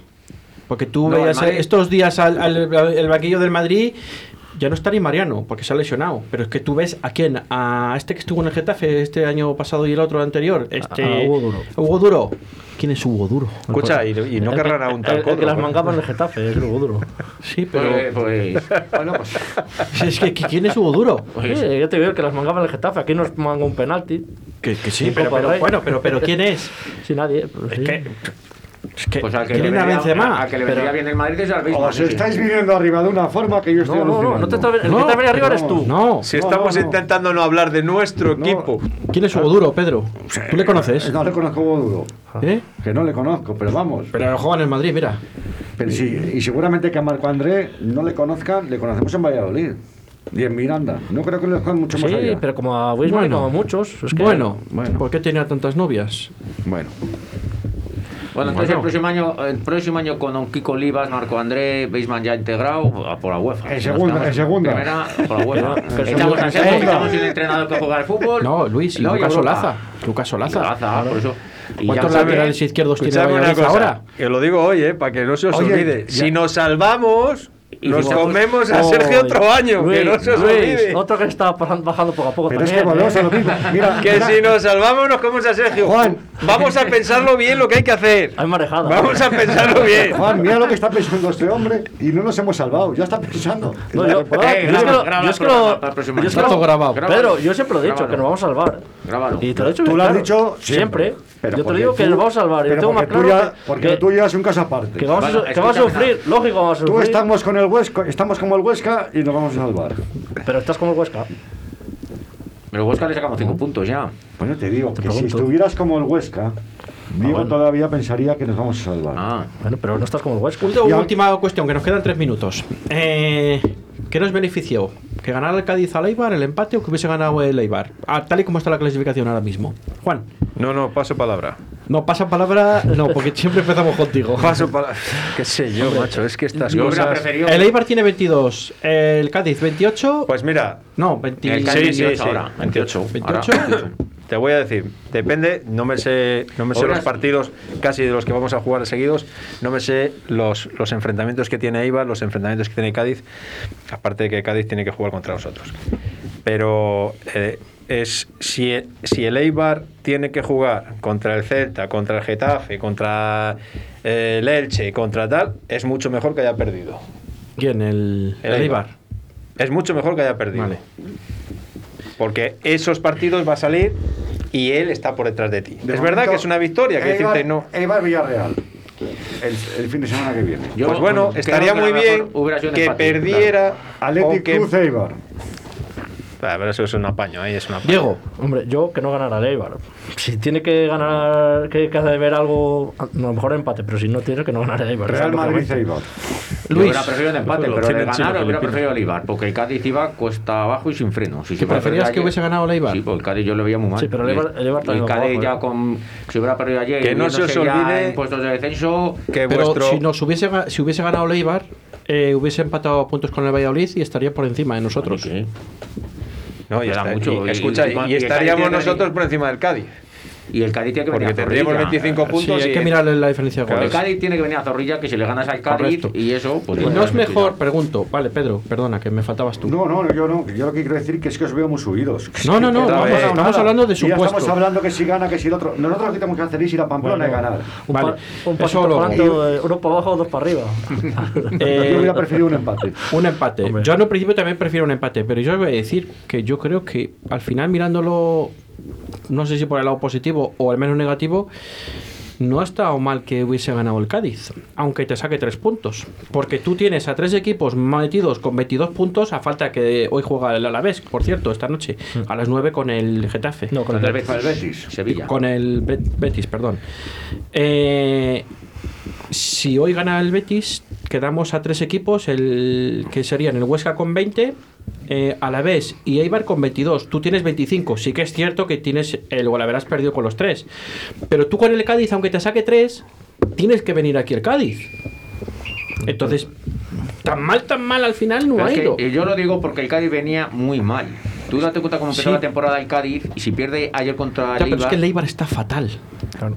Porque tú
No, el
veías
Madrid-
estos días al, al- al- el vaquillo del Madrid ya no está ni Mariano, porque se ha lesionado. Pero es que tú ves a quién, a este que estuvo en el Getafe este año pasado y el otro anterior. Este,
a Hugo Duro.
Hugo Duro. ¿Quién es Hugo Duro?
Escucha, y-
Pues
y no
El que-
querrán a un tal
el- el que
Codro,
¿eh?
las
¿no?
mangaba en el Getafe, es
(laughs)
Hugo Duro.
Sí, pero-
Pues,
Si eh, (laughs) es que, que ¿quién es Hugo Duro?
Sí, yo te veo el que las mangaba en el Getafe. Aquí nos manga un penalti.
Que, que sí,
Y
pero,
Copa
pero
del Rey.
bueno, pero, pero ¿quién es?
Sí, nadie. pero sí.
Es que
pues al que, le
tiene una
vendría,
Benzema,
al que le vendría
pero-
bien el Madrid es al Benzema.
Os estáis viniendo arriba de una forma que yo estoy
No, no, no,
alucinando.
no te está- el que está venido arriba eres tú. No.
Si
No,
estamos
no, no.
intentando no hablar de nuestro equipo.
¿Quién es Hugo Duro, Pedro? ¿Tú le conoces?
No le conozco a Hugo Duro.
¿Eh?
Que no le conozco, pero vamos.
Pero juega en el Madrid, mira.
Pero sí, y seguramente que a Marco André no le conozcan, le conocemos en Valladolid y en Miranda. No creo que le conozcan mucho más
Sí,
allá.
pero como a Wisman
Bueno.
y como a muchos. Es que
Bueno, ¿por qué tenía tantas novias?
Bueno.
Bueno, entonces
Bueno.
el próximo año, el próximo año con don Kiko Olivas, Marco André, Beisman ya integrado, a por la UEFA.
En
Si no
segunda,
estamos
en segunda.
Primera, a por la UEFA.
Pero- pero
echamos
segunda,
a
en
Sergio,
segunda.
echamos el entrenador que juega al fútbol.
No, Luis, y
No,
Lucas
Europa.
Olaza. Lucas Olaza.
Olaza, por eso. Y ya
¿Cuántos
sabe-
laterales izquierdos tiene
Escuchadme una
Valladolid
cosa,
ahora?
que lo digo hoy, eh, para que no se os
Oye,
olvide.
ya-
Si nos salvamos,
Y
nos
si vamos-
comemos a
Oy,
Sergio otro año, que
Luis,
no se os
Luis,
olvide.
Otro que está pasando- bajando poco a poco
Pero es
también. eh.
que volvemos a lo mismo.
Mira,
(laughs) Que si nos salvamos, nos comemos a Sergio. Vamos a pensarlo bien lo que hay que hacer.
(laughs) Hay marejada.
Vamos a pensarlo bien.
Juan, mira lo que está pensando este hombre y no nos hemos salvado. Ya está pensando.
No,
Eh,
yo, eh, yo es que lo- yo es que lo- yo es que lo- Pedro, yo siempre lo he dicho, que nos vamos a salvar. Y te lo he dicho
Tú
bien
lo has
claro.
dicho siempre.
siempre.
Pero
yo te
porque
digo que
tú-
nos vamos a salvar. Yo
pero
tengo más
porque tú
claro
ya- porque lo tuyo es un caso aparte.
que vamos a su- que vamos a sufrir. Lógico, vamos a
Tú
sufrir.
estamos con el Huesca, estamos como el Huesca y nos vamos a salvar. Pues
Pero estás como el Huesca.
Pero Huesca le sacamos 5 puntos ya.
Bueno, te digo que si
pregunto.
estuvieras como el Huesca,
Ah,
Diego
bueno.
todavía pensaría que nos vamos a salvar.
Ah,
Ah.
Bueno, pero no estás como el Huesca.
Una última cuestión, que nos quedan tres minutos. Eh, ¿Qué nos benefició? ¿Que ganara el Cádiz al Eibar, el empate o que hubiese ganado el Eibar? Ah, tal y como está la clasificación ahora mismo. Juan.
No, no, paso palabra.
No, pasa palabra, no, porque siempre empezamos contigo.
Paso palabra. (laughs) Qué sé yo, macho, es que estas
Yo hubiera
cosas.
preferido- El Eibar tiene 22, el Cádiz 28.
Pues mira.
No, 20
El Cádiz 28 ahora. 28.
28.
Te voy a decir, depende, no me sé, no me sé
Ahora
los
sí.
partidos casi de los que vamos a jugar seguidos, no me sé los, los enfrentamientos que tiene Eibar, los enfrentamientos que tiene Cádiz, aparte de que Cádiz tiene que jugar contra nosotros. Pero eh, es si, e- si el Eibar tiene que jugar contra el Celta, contra el Getafe, contra eh, el Elche, contra tal, es mucho mejor que haya perdido.
¿Quién? El, el Eibar.
Es mucho mejor que haya perdido. Porque esos partidos va a salir y él está por detrás de ti. es verdad que es una victoria, que decirte no.
Eibar Villarreal. El, el fin de semana que viene.
Pues bueno, estaría muy bien que perdiera
Atlético
o
Cruz
que...
Eibar.
Ah, pero eso es un apaño, ahí es un apaño.
Diego.
Hombre, yo que no ganara el Eibar. Si tiene que ganar, que, que ha de ver algo, a lo mejor empate, pero si no tiene que no ganar el Eibar.
Real Madrid Eibar.
Yo hubiera preferido el empate, pero de ganar hubiera preferido el
Eibar.
Ibar, porque el Cádiz iba cuesta abajo y sin freno. Si se hubiera
¿Preferías
perdido
que
ayer-
hubiese ganado el Eibar?
Sí, porque el Cádiz yo lo veía muy mal.
Sí, pero el Eibar- el Eibar también
Cádiz
abajo,
ya
¿eh?
con. Si hubiera perdido ayer.
Que no se os
viéndose ya
olvide
En puestos de descenso.
Pero si nos hubiese, ga- si hubiese ganado el Eibar, eh, hubiese empatado puntos con el Valladolid y estaría por encima de nosotros.
No, y
Queda
está-
mucho,
y-
y-
escucha,
y-
y,
y el Cádiz
estaríamos
tiene-
nosotros por encima del Cádiz.
Y el Cádiz tiene que venir
Porque
a
tendríamos
Zorrilla.
25 puntos
Sí, hay
y-
que mirarle la diferencia de
El
goles.
Cádiz tiene que venir a Zorrilla, que si le ganas al Cádiz
Correcto.
y eso, pues.
Y
bueno,
no es
mentira.
mejor, pregunto. Vale, Pedro, perdona, que me faltabas tú.
No, no, yo no. Yo lo que quiero decir que es que os veo muy subidos.
No, no, no,
Que
vamos,
ganado
estamos
nada.
hablando de
Y ya
supuesto.
Estamos hablando que si gana, que si el otro. Nosotros lo que tenemos que hacer es ir a Pamplona
Bueno,
y ganar.
un Vale,
pa- un pasito
luego.
para adelante, uno para abajo, dos para arriba.
Eh,
yo hubiera preferido un empate.
Un empate. Yo en un principio también prefiero un empate, pero yo os voy a decir que yo creo que al final mirándolo, no sé si por el lado positivo o al menos negativo, no ha estado mal que hubiese ganado el Cádiz, aunque te saque tres puntos. Porque tú tienes a tres equipos metidos con 22 puntos, a falta que hoy juega el Alavés, por cierto, esta noche, a las 9 con el Getafe. No,
Mm. Con el Betis. Sevilla.
Con el Bet- Betis, perdón. Eh, si hoy gana el Betis, quedamos a tres equipos, el que serían el Huesca con 20, eh, Alavés y Eibar con 22. Tú tienes 25. Sí que es cierto que tienes el Guadalaveras perdido con los tres. Pero tú con el Cádiz, aunque te saque tres, tienes que venir aquí el Cádiz. Entonces, tan mal, tan mal al final no
Pero
ha
es que
ido.
yo lo digo porque el Cádiz venía muy mal. Tú date cuenta cómo empezó
Sí.
la temporada el Cádiz y si pierde ayer contra
Ya,
el
pero es
Eibar...
que el Eibar está fatal.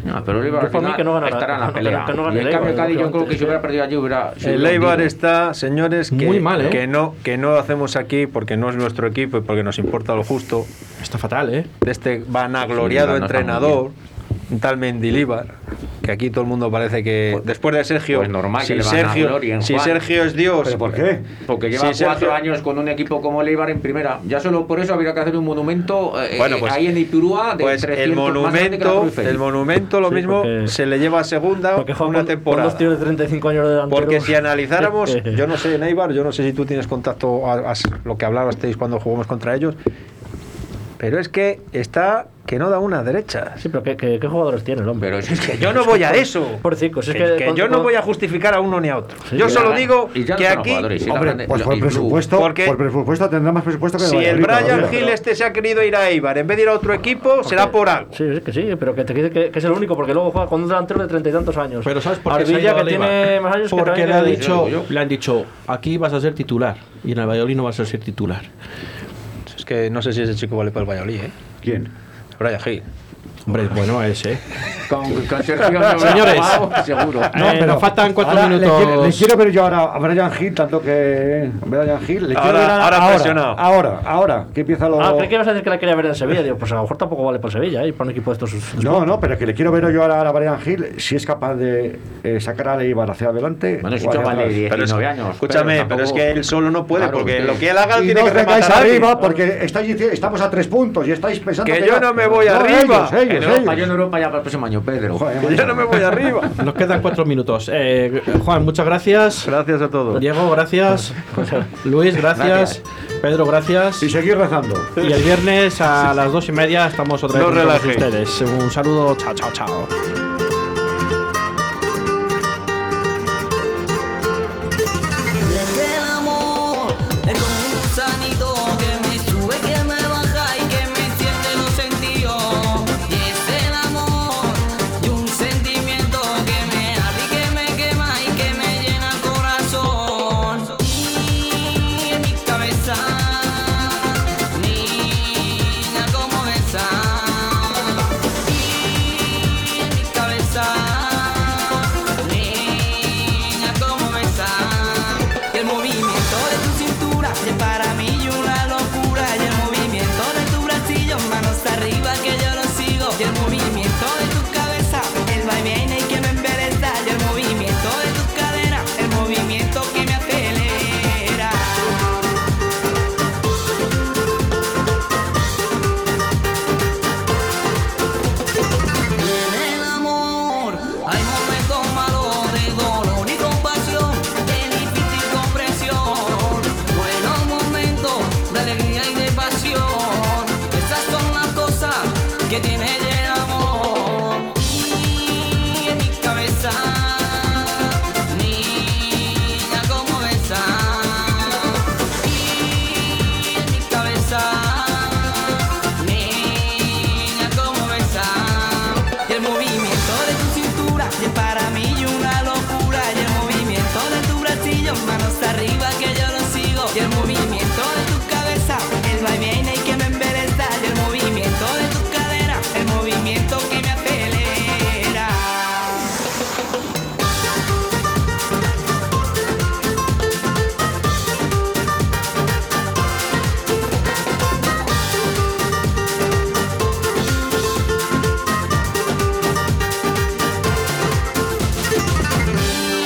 No, Ah, pero el Eibar
Yo
al
por mí
final
que no ganará.
estará en la
No, que
pelea.
no- que no gane
y
el
en cambio el
Eibar,
Cádiz yo creo
obviamente,
que si hubiera perdido allí hubiera... sido
El
un
Eibar
tiro.
está, señores, que,
Muy mal, ¿eh?
que no, que no lo hacemos aquí porque no es nuestro equipo y porque nos importa lo justo.
Está fatal, ¿eh?
De este vanagloriado
Sí, no está muy
entrenador, un tal Mendilíbar, que aquí todo el mundo parece que. después de Sergio.
Pues normal que
si
le van a
Sergio,
Gloria en
si
Juan.
Sergio es Dios.
Porque lleva
Si
cuatro
Sergio-
años con un equipo como el Eibar en primera. Ya solo por eso habría que hacer un monumento eh,
Bueno, pues-
ahí en Ipurúa de
Pues
300
el
más grande que la
monumento,
Cruz Eiffel.
el monumento lo
Sí,
mismo
porque-
se le lleva a segunda una
Con
temporada.
dos tíos de 35 años de delantero.
Porque si (laughs) analizáramos, yo no sé, Neibar, yo no sé si tú tienes contacto a, a lo que hablabasteis cuando jugamos contra ellos, pero es que está que no da una derecha.
Sí, pero ¿qué, qué, qué jugadores tiene el hombre?
Pero es que
Yo no voy a eso.
Por cinco, si es
Que-
que,
que yo no voy a justificar a uno ni a otro.
Sí,
yo
y
solo
la-
digo
y ya no
que
son los
aquí.
jugadores, sí, la
Hombre,
grande-
Pues por
Y tú,
presupuesto,
porque-
por presupuesto tendrá más presupuesto que
si el
Valladolid
Brian
todavía.
Gil este se ha querido ir a Eibar en vez de ir a otro equipo, será por algo.
Sí, es que sí, pero que te dice que, que es el único, porque luego juega con un delantero de treinta y tantos años.
Pero ¿sabes por qué se ha
Ardilla,
ido al
que
Eibar?
tiene más años que
Porque
también
le, ha
que-
dicho, le han dicho, aquí vas a ser titular y en el Valladolid no vas a ser titular.
Es que no sé si ese chico vale para el Valladolid, ¿eh?
¿Quién?
Brian Gil.
Hombre, bueno es,
(laughs)
¿eh?
Con, con Sergio no hubiera
Señores.
jugado, seguro.
No, pero Eh, faltan cuatro
ahora le
minutos.
quiero- Le quiero, ver yo ahora a Brian Hill, tanto que. a Brian Hill. Le
Ahora-
quiero ver a-
ahora
ahora,
presionado.
ahora, ahora, que empieza lo.
Ah, creí que ibas a decir que la quería ver en Sevilla. Digo, pues a lo mejor tampoco vale para Sevilla, ¿eh? Para un equipo de estos.
No, no, pero es que le quiero ver yo ahora a Brian Hill si es capaz de eh, sacar a Leibar hacia adelante.
Bueno,
o hacia atrás.
Pero es- Escúchame, pero, es que él solo no puede, porque lo que él haga lo
Y
tiene
no
que
os vengáis
rematar alguien.
arriba porque estáis dici- estamos a tres puntos y estáis pensando
Que
que
yo
ya-
no me voy
ellos,
En
ellos,
Europa,
ellos.
yo en Europa ya para el próximo año, Pedro.
yo no me voy arriba.
Nos quedan cuatro minutos. Eh, Juan, muchas gracias.
Gracias a todos.
Diego,
(laughs)
gracias. Luis, gracias. Pedro, gracias. Y
seguir rezando.
Y el viernes a las dos y media estamos otra vez
No
con todos
relajéis.
ustedes. Un saludo, chao, chao, chao.